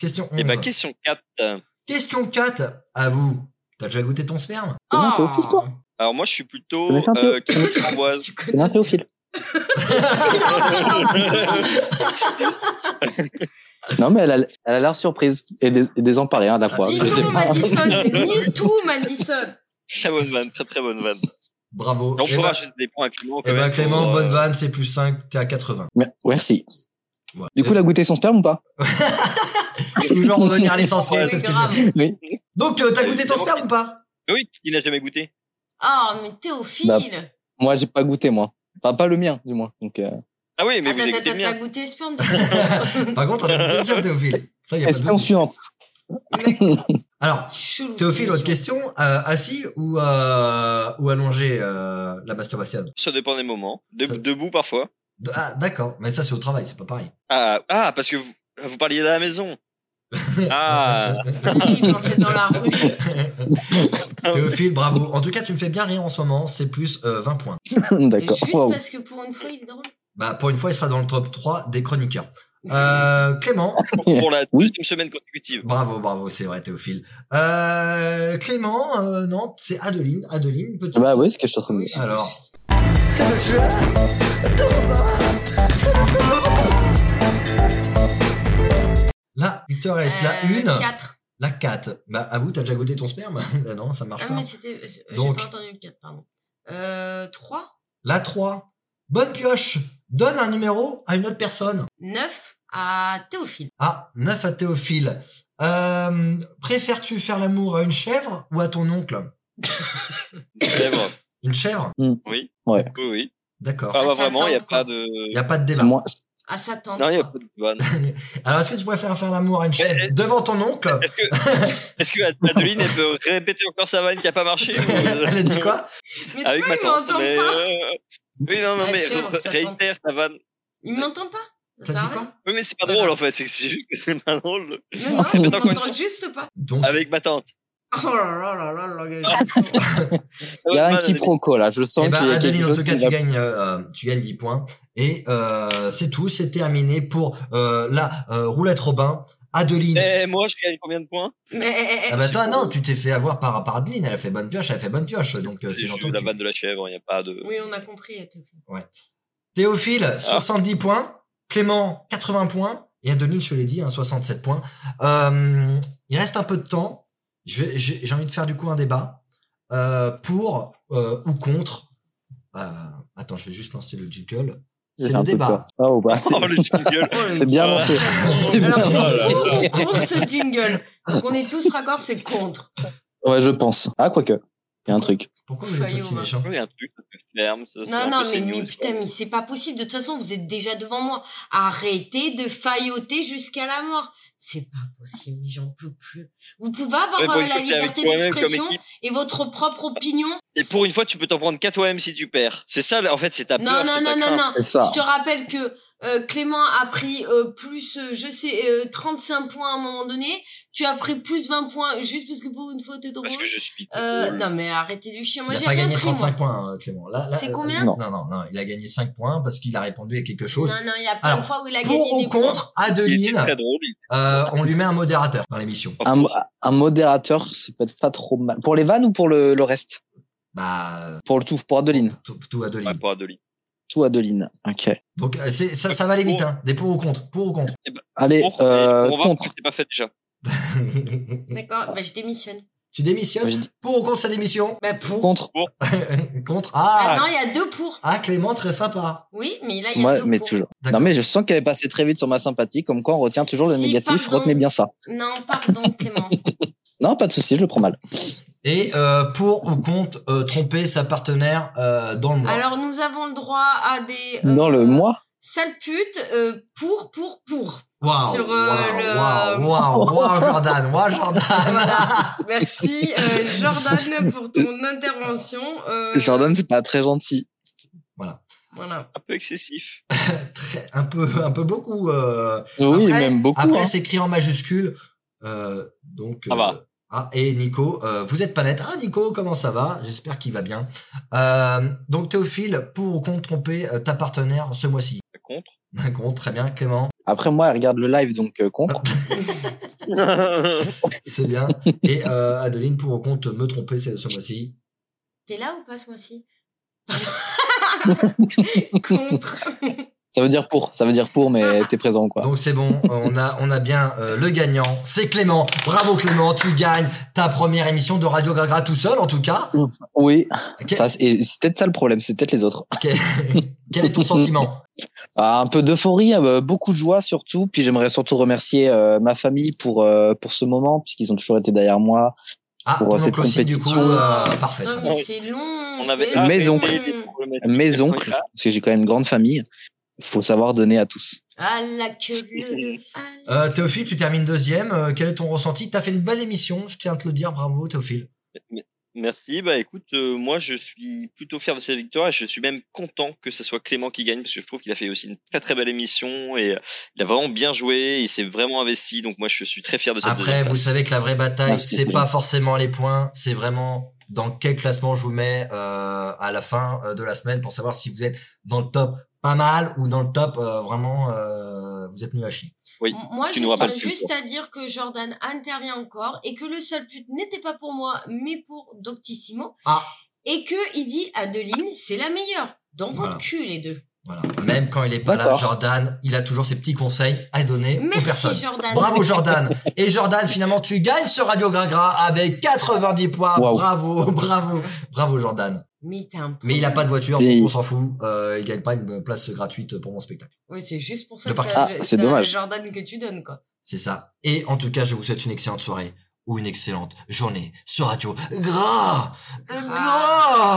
[SPEAKER 2] Question 11.
[SPEAKER 5] et bah, question 4.
[SPEAKER 2] Question 4, à vous. T'as déjà goûté ton sperme
[SPEAKER 5] Ah.
[SPEAKER 4] c'est bien Théophile quoi
[SPEAKER 5] Alors, moi, je suis plutôt
[SPEAKER 4] Mais c'est un peu-
[SPEAKER 5] euh, kiwi framboise.
[SPEAKER 3] Oh. Tu
[SPEAKER 4] c'est
[SPEAKER 3] connais
[SPEAKER 4] bien Théophile Non, mais elle a elle a l'air surprise et, dés- et désemparée hein, à la fois.
[SPEAKER 5] Ah,
[SPEAKER 3] Dis
[SPEAKER 4] Je sais
[SPEAKER 3] tout,
[SPEAKER 4] pas.
[SPEAKER 3] Madison. Dis tout, Madison.
[SPEAKER 5] Très bonne vanne, très très bonne vanne.
[SPEAKER 2] Bravo.
[SPEAKER 5] On
[SPEAKER 2] Eh
[SPEAKER 5] pourra
[SPEAKER 2] ben-
[SPEAKER 5] ajouter des points à Clément. quand
[SPEAKER 2] eh ben
[SPEAKER 5] même,
[SPEAKER 2] Clément,
[SPEAKER 5] pour, euh,
[SPEAKER 2] bonne vanne, c'est plus 5, t'es à 80.
[SPEAKER 4] Mais- Merci.
[SPEAKER 2] Ouais.
[SPEAKER 4] Du coup, elle a goûté son sperme ou pas
[SPEAKER 2] toujours revenir à l'essentiel,
[SPEAKER 5] Ouais,
[SPEAKER 2] c'est
[SPEAKER 3] C'est
[SPEAKER 2] ce que j'aime.
[SPEAKER 3] Oh, grave.
[SPEAKER 4] Oui.
[SPEAKER 2] Donc, euh, t'as goûté ton sperme ou pas
[SPEAKER 5] mais Oui, qui n'a jamais goûté
[SPEAKER 3] Oh, mais Théophile.
[SPEAKER 4] Bah, Moi, j'ai pas goûté, moi. Enfin, pas le mien, du moins. Donc, euh,
[SPEAKER 5] Ah oui, mais vous
[SPEAKER 3] Attends, attends,
[SPEAKER 5] écoutez
[SPEAKER 3] t'as,
[SPEAKER 5] bien.
[SPEAKER 3] goûté le sperme
[SPEAKER 2] Par contre, on a plaisir, Théophile. Ça, y a pas de
[SPEAKER 4] Question
[SPEAKER 2] doute.
[SPEAKER 4] suivante.
[SPEAKER 2] Alors,
[SPEAKER 3] Chelou,
[SPEAKER 2] Théophile,
[SPEAKER 3] cette
[SPEAKER 2] autre
[SPEAKER 3] émission.
[SPEAKER 2] question. Euh, assis ou, euh, ou allongé euh, la masturbation
[SPEAKER 5] Ça dépend des moments. De-
[SPEAKER 2] Ça-
[SPEAKER 5] Debout parfois.
[SPEAKER 2] D- Ah, d'accord. Mais ça, c'est au travail, c'est pas pareil.
[SPEAKER 5] Ah, ah, parce que vous, vous parliez de la maison. Ah,
[SPEAKER 3] Oui, quand c'est dans la rue.
[SPEAKER 2] Théophile, bravo. En tout cas, tu me fais bien rire en ce moment. C'est plus euh, 20 points.
[SPEAKER 3] Et
[SPEAKER 4] D'accord.
[SPEAKER 3] Juste
[SPEAKER 4] Waouh.
[SPEAKER 3] parce que pour une fois, il est drôle.
[SPEAKER 2] Bah, pour une fois, il sera dans le top 3 des chroniqueurs. Euh, Clément,
[SPEAKER 5] pour, pour la
[SPEAKER 4] Oui.
[SPEAKER 5] deuxième semaine consécutive.
[SPEAKER 2] bravo, bravo, c'est vrai, Théophile. Euh, Clément, euh, non, c'est Adeline. Adeline, petite.
[SPEAKER 4] Bah oui, ce que je suis en train de dire.
[SPEAKER 2] Alors,
[SPEAKER 6] C'est le jeu
[SPEAKER 2] là, Victor reste la
[SPEAKER 3] Euh,
[SPEAKER 2] 1,
[SPEAKER 3] Quatre.
[SPEAKER 2] la 4. Bah, avoue, t'as déjà goûté ton sperme Bah non, ça marche
[SPEAKER 3] Ah,
[SPEAKER 2] pas.
[SPEAKER 3] mais c'était. J'ai
[SPEAKER 2] Donc.
[SPEAKER 3] pas entendu le 4, pardon. Euh, 3,
[SPEAKER 2] La 3, bonne pioche, donne un numéro à une autre personne.
[SPEAKER 3] 9 à Théophile.
[SPEAKER 2] Ah, 9 à Théophile. Euh, Préfères-tu faire l'amour à une chèvre ou à ton oncle
[SPEAKER 5] Célèbre.
[SPEAKER 2] Une chèvre
[SPEAKER 5] Oui.
[SPEAKER 4] Ouais.
[SPEAKER 5] Oui, oui.
[SPEAKER 2] D'accord.
[SPEAKER 5] Ah, bah,
[SPEAKER 3] ça
[SPEAKER 5] vraiment, il n'y a
[SPEAKER 3] tente, quoi.
[SPEAKER 5] pas de.
[SPEAKER 2] Il n'y a pas de
[SPEAKER 4] C'est
[SPEAKER 2] débat.
[SPEAKER 4] moi.
[SPEAKER 3] À sa tante.
[SPEAKER 5] Non, il n'y a
[SPEAKER 3] quoi.
[SPEAKER 5] pas de vanne.
[SPEAKER 2] Alors, est-ce que tu préfères faire l'amour à une chèvre
[SPEAKER 5] Eh, eh.
[SPEAKER 2] devant ton oncle
[SPEAKER 5] Est-ce que, est-ce que Ad- Adeline, elle peut répéter encore sa vanne qui n'a pas marché ou-
[SPEAKER 2] Elle a dit quoi
[SPEAKER 3] Mais
[SPEAKER 5] Avec
[SPEAKER 3] tu
[SPEAKER 5] ma
[SPEAKER 3] vois, il m'entend
[SPEAKER 5] tante. Ah mais,
[SPEAKER 3] pas. Ah,
[SPEAKER 5] euh, Oui, non, non,
[SPEAKER 3] La
[SPEAKER 5] mais
[SPEAKER 3] chèvre, sa tante.
[SPEAKER 5] réitère sa vanne.
[SPEAKER 3] Il m'entend pas.
[SPEAKER 2] T'as
[SPEAKER 3] sert à
[SPEAKER 2] dit quoi
[SPEAKER 5] Oui, mais c'est pas drôle en fait, c'est c'est juste que c'est pas drôle.
[SPEAKER 3] rien. Non, non,
[SPEAKER 5] Mais
[SPEAKER 3] il
[SPEAKER 5] attends, quoi,
[SPEAKER 3] m'entend juste pas. Ah,
[SPEAKER 2] Donc,
[SPEAKER 5] Avec ma tante.
[SPEAKER 3] Oh là là là là là là.
[SPEAKER 4] Il y a un quiproquo là, je le sens.
[SPEAKER 2] eh ben,
[SPEAKER 4] qu'il y a quelque
[SPEAKER 2] Adeline, en
[SPEAKER 4] chose
[SPEAKER 2] tout cas,
[SPEAKER 4] qui
[SPEAKER 2] tu
[SPEAKER 4] va-
[SPEAKER 2] gagnes, euh, tu gagnes 10 points. Et euh, c'est tout, c'est terminé pour euh, la euh, roulette Robin. Adeline.
[SPEAKER 4] Eh,
[SPEAKER 5] Et Eh, moi, je gagne combien de points
[SPEAKER 3] Mais. eh,
[SPEAKER 2] Ah bah toi non, tu t'es fait avoir par, par Adeline, elle a fait bonne pioche, elle a fait bonne pioche, donc euh, c'est
[SPEAKER 5] C'est
[SPEAKER 2] gentil.
[SPEAKER 5] la vanne de la chèvre, il n'y a pas de.
[SPEAKER 3] Oui, on a compris, Théophile.
[SPEAKER 2] Théophile,
[SPEAKER 5] Ah.
[SPEAKER 2] 70 points, Clément, 80 points, et Adeline, je te l'ai dit, hein, 67 points. Euh, il reste un peu de temps, Je vais- j'ai j'ai envie de faire du coup un débat euh, pour euh, ou contre. Euh, attends, je vais juste lancer le jingle.
[SPEAKER 4] J'ai
[SPEAKER 2] C'est
[SPEAKER 4] un
[SPEAKER 2] le
[SPEAKER 4] peu
[SPEAKER 2] débat.
[SPEAKER 4] peur. Ah, ou pas.
[SPEAKER 5] Oh, le jingle
[SPEAKER 4] C'est bien hein.
[SPEAKER 5] Ah.
[SPEAKER 4] lancé. C'est bien
[SPEAKER 3] Alors, c'est
[SPEAKER 4] lancé.
[SPEAKER 3] pour ou contre ce jingle Donc, on est tous raccord, c'est contre.
[SPEAKER 4] Ouais, je pense. Ah, quoique. Il y a un truc.
[SPEAKER 2] Pourquoi vous êtes
[SPEAKER 3] Soyons
[SPEAKER 2] aussi
[SPEAKER 3] vains.
[SPEAKER 2] méchants
[SPEAKER 5] Il y a un truc, ça se ferme. ça se fait
[SPEAKER 3] Non,
[SPEAKER 5] un
[SPEAKER 3] non,
[SPEAKER 5] peu
[SPEAKER 3] mais,
[SPEAKER 5] CNews,
[SPEAKER 3] mais
[SPEAKER 5] je
[SPEAKER 3] putain, mais c'est pas possible. De toute façon, vous êtes déjà devant moi. Arrêtez de failloter jusqu'à la mort. C'est pas possible, mais j'en peux plus. Vous pouvez
[SPEAKER 5] crois.
[SPEAKER 3] avoir
[SPEAKER 5] Ouais,
[SPEAKER 3] euh,
[SPEAKER 5] pour une
[SPEAKER 3] la
[SPEAKER 5] fois, t'es avec
[SPEAKER 3] liberté
[SPEAKER 5] toi-même comme
[SPEAKER 3] d'expression
[SPEAKER 5] équipe.
[SPEAKER 3] et votre propre opinion.
[SPEAKER 5] Et pour une fois, tu peux t'en prendre qu'à toi-même si tu perds. C'est ça, là, en fait, c'est ta
[SPEAKER 3] Non,
[SPEAKER 5] peur.
[SPEAKER 3] non,
[SPEAKER 5] c'est ta
[SPEAKER 3] non, non,
[SPEAKER 5] crainte.
[SPEAKER 3] non.
[SPEAKER 4] C'est ça.
[SPEAKER 3] Je
[SPEAKER 2] hein.
[SPEAKER 3] te rappelle que euh, Clément a pris euh, plus, euh, je sais, euh, 35 points à un moment donné. Tu as pris plus 20 points juste parce que pour une fois, t'es drôle.
[SPEAKER 5] Parce que je suis.
[SPEAKER 3] Euh,
[SPEAKER 5] drôle.
[SPEAKER 3] non, mais arrêtez du chien. Moi,
[SPEAKER 2] il
[SPEAKER 3] j'ai
[SPEAKER 2] a pas
[SPEAKER 3] rien
[SPEAKER 2] gagné
[SPEAKER 3] pris, moi.
[SPEAKER 2] 35 points, hein, Clément. Là, là,
[SPEAKER 3] C'est
[SPEAKER 2] euh,
[SPEAKER 3] combien
[SPEAKER 4] Non.
[SPEAKER 2] Non, non, non, il a gagné 5 points parce qu'il a répondu à quelque
[SPEAKER 3] Non,
[SPEAKER 2] chose.
[SPEAKER 3] non, il y a plein
[SPEAKER 2] Alors,
[SPEAKER 3] de fois où il a gagné
[SPEAKER 2] Pour ou
[SPEAKER 3] des points.
[SPEAKER 2] contre
[SPEAKER 5] Il était
[SPEAKER 2] Adeline,
[SPEAKER 5] très drôle. il-
[SPEAKER 2] euh, on lui met un modérateur dans l'émission.
[SPEAKER 5] Oh,
[SPEAKER 4] Un, mo- un modérateur, c'est peut-être pas trop mal. Pour les vannes ou pour le, le reste
[SPEAKER 2] Bah, euh,
[SPEAKER 4] Pour le tout, pour Adeline.
[SPEAKER 2] tout, tout Adeline.
[SPEAKER 5] Ouais, pour Adeline.
[SPEAKER 4] Tout Adeline. Ok.
[SPEAKER 2] Donc euh, c'est, ça, ça va aller vite, hein. Des pour ou contre, pour ou contre.
[SPEAKER 4] Allez,
[SPEAKER 5] Contre,
[SPEAKER 4] euh,
[SPEAKER 5] mais on va
[SPEAKER 4] contre.
[SPEAKER 5] parce que c'est pas fait déjà.
[SPEAKER 3] D'accord, bah, je démissionne.
[SPEAKER 2] tu démissionnes
[SPEAKER 4] J'ai dit
[SPEAKER 2] Pour ou contre sa démission
[SPEAKER 3] Bah, pour.
[SPEAKER 4] contre.
[SPEAKER 2] Contre.
[SPEAKER 3] Ah,
[SPEAKER 2] Ah,
[SPEAKER 3] non, il y a deux pour.
[SPEAKER 2] ah Clément, très sympa.
[SPEAKER 3] Oui, mais là, il y a
[SPEAKER 4] Moi,
[SPEAKER 3] deux
[SPEAKER 4] mais
[SPEAKER 3] pour.
[SPEAKER 4] toujours.
[SPEAKER 2] D'accord.
[SPEAKER 4] Non, mais je sens qu'elle est passée très vite sur ma sympathie. Comme quoi, on retient toujours le
[SPEAKER 3] Si,
[SPEAKER 4] négatif.
[SPEAKER 3] pardon.
[SPEAKER 4] Retenez bien ça.
[SPEAKER 3] Non, pardon, Clément.
[SPEAKER 4] Non, pas de souci, je le prends mal.
[SPEAKER 2] Et euh, pour ou contre euh, tromper sa partenaire euh, dans le mois.
[SPEAKER 3] Alors, nous avons le droit à des. euh,
[SPEAKER 4] Dans le mois.
[SPEAKER 3] Sale pute, euh, pour, pour, pour.
[SPEAKER 2] Waouh,
[SPEAKER 3] sur, euh,
[SPEAKER 2] waouh,
[SPEAKER 3] le-
[SPEAKER 2] waouh, waouh, waouh, Jordan, waouh, Jordan.
[SPEAKER 3] Voilà. Merci, euh, Jordan, pour ton intervention. Euh,
[SPEAKER 4] Jordan, c'est pas très gentil.
[SPEAKER 3] Voilà.
[SPEAKER 5] Un peu excessif.
[SPEAKER 2] Très- un peu, un peu beaucoup. euh.
[SPEAKER 4] Oui,
[SPEAKER 2] après,
[SPEAKER 4] même beaucoup.
[SPEAKER 2] Après,
[SPEAKER 4] hein.
[SPEAKER 2] c'est écrit en majuscule. Euh, donc.
[SPEAKER 5] Ça
[SPEAKER 2] euh,
[SPEAKER 5] va.
[SPEAKER 2] Ah, et Nico, euh, vous êtes pas net. Ah, Nico, comment ça va J'espère qu'il va bien. Euh, donc, Théophile, pour ou contre tromper euh, ta partenaire ce mois-ci
[SPEAKER 5] Contre.
[SPEAKER 2] D'accord, très bien, Clément.
[SPEAKER 4] Après, moi, elle regarde le live, donc euh, contre.
[SPEAKER 2] C'est bien. Et euh, Adeline, pour ou contre me tromper ce, ce mois-ci
[SPEAKER 3] T'es là ou pas ce mois-ci Contre.
[SPEAKER 4] Ça veut dire pour, ça veut dire pour,
[SPEAKER 3] Ah.
[SPEAKER 4] mais t'es présent, quoi.
[SPEAKER 2] Donc c'est bon, on a, on a bien euh, le gagnant, c'est Clément. Bravo Clément, tu gagnes ta première émission de Radio Gragra tout seul en tout cas.
[SPEAKER 4] Oui,
[SPEAKER 2] Que-
[SPEAKER 4] ça, c'est c'est peut-être ça le problème, c'est peut-être les autres.
[SPEAKER 2] que- quel est ton sentiment
[SPEAKER 4] Ah, un peu d'euphorie, euh, beaucoup de joie surtout. Puis j'aimerais surtout remercier euh, ma famille pour euh, pour ce moment, puisqu'ils ont toujours été derrière moi.
[SPEAKER 2] Ah,
[SPEAKER 4] Pour
[SPEAKER 2] ton
[SPEAKER 4] cette
[SPEAKER 2] oncle aussi du coup,
[SPEAKER 4] compétition.
[SPEAKER 2] euh, parfait.
[SPEAKER 3] Putain, mais c'est long.
[SPEAKER 5] On
[SPEAKER 3] c'est
[SPEAKER 5] avait
[SPEAKER 3] long.
[SPEAKER 4] Maison. Mes
[SPEAKER 5] maison
[SPEAKER 4] oncles, parce que j'ai quand même une grande famille. faut savoir donner à tous.
[SPEAKER 3] Ah la queue bleue. Ah, la-
[SPEAKER 2] Euh, Théophile, tu termines deuxième. Euh, quel est ton ressenti T'as fait une belle émission, je tiens à te le dire. Bravo Théophile.
[SPEAKER 5] Merci. Bah écoute, euh, moi je suis plutôt fier de cette victoire et je suis même content que ce soit Clément qui gagne parce que je trouve qu'il a fait aussi une très très belle émission et euh, il a vraiment bien joué, il s'est vraiment investi. Donc moi je suis très fier de cette
[SPEAKER 2] Après,
[SPEAKER 5] deuxième
[SPEAKER 2] vous
[SPEAKER 5] place.
[SPEAKER 2] savez que la vraie bataille,
[SPEAKER 4] Merci,
[SPEAKER 2] c'est
[SPEAKER 4] Céline.
[SPEAKER 2] pas forcément les points, c'est vraiment dans quel classement je vous mets euh, à la fin euh, de la semaine pour savoir si vous êtes dans le top pas mal ou dans le top euh, vraiment euh, vous êtes nul à chier.
[SPEAKER 5] Oui,
[SPEAKER 3] Moi,
[SPEAKER 5] tu
[SPEAKER 3] je
[SPEAKER 5] nous rappelles
[SPEAKER 3] tiens
[SPEAKER 5] plus,
[SPEAKER 3] juste à dire que Jordan intervient encore et que le seul pute n'était pas pour moi, mais pour Doctissimo.
[SPEAKER 2] Ah.
[SPEAKER 3] Et que il dit Adeline, c'est la meilleure. Dans
[SPEAKER 2] Voilà.
[SPEAKER 3] votre cul, les deux.
[SPEAKER 2] Voilà. Même quand il est pas là,
[SPEAKER 4] D'accord.
[SPEAKER 2] Jordan, il a toujours ses petits conseils à donner aux
[SPEAKER 3] Merci,
[SPEAKER 2] personnes.
[SPEAKER 3] Jordan.
[SPEAKER 2] Bravo Jordan. Et Jordan, finalement, tu gagnes ce Radio Gragra avec 90 points.
[SPEAKER 4] Waouh.
[SPEAKER 2] Bravo, bravo, bravo Jordan.
[SPEAKER 3] Mais t'as un
[SPEAKER 2] Mais il a pas de voiture,
[SPEAKER 4] Et-
[SPEAKER 2] donc on s'en fout. Euh, il gagne pas une place gratuite pour mon spectacle.
[SPEAKER 3] Oui, c'est juste pour ça
[SPEAKER 2] Le
[SPEAKER 3] que
[SPEAKER 2] parc-
[SPEAKER 3] ça,
[SPEAKER 4] Ah,
[SPEAKER 3] ça-
[SPEAKER 4] c'est dommage.
[SPEAKER 3] Jordan que tu donnes, quoi.
[SPEAKER 2] C'est ça. Et en tout cas, je vous souhaite une excellente soirée ou une excellente journée sur Radio Euh, Gras. Gras.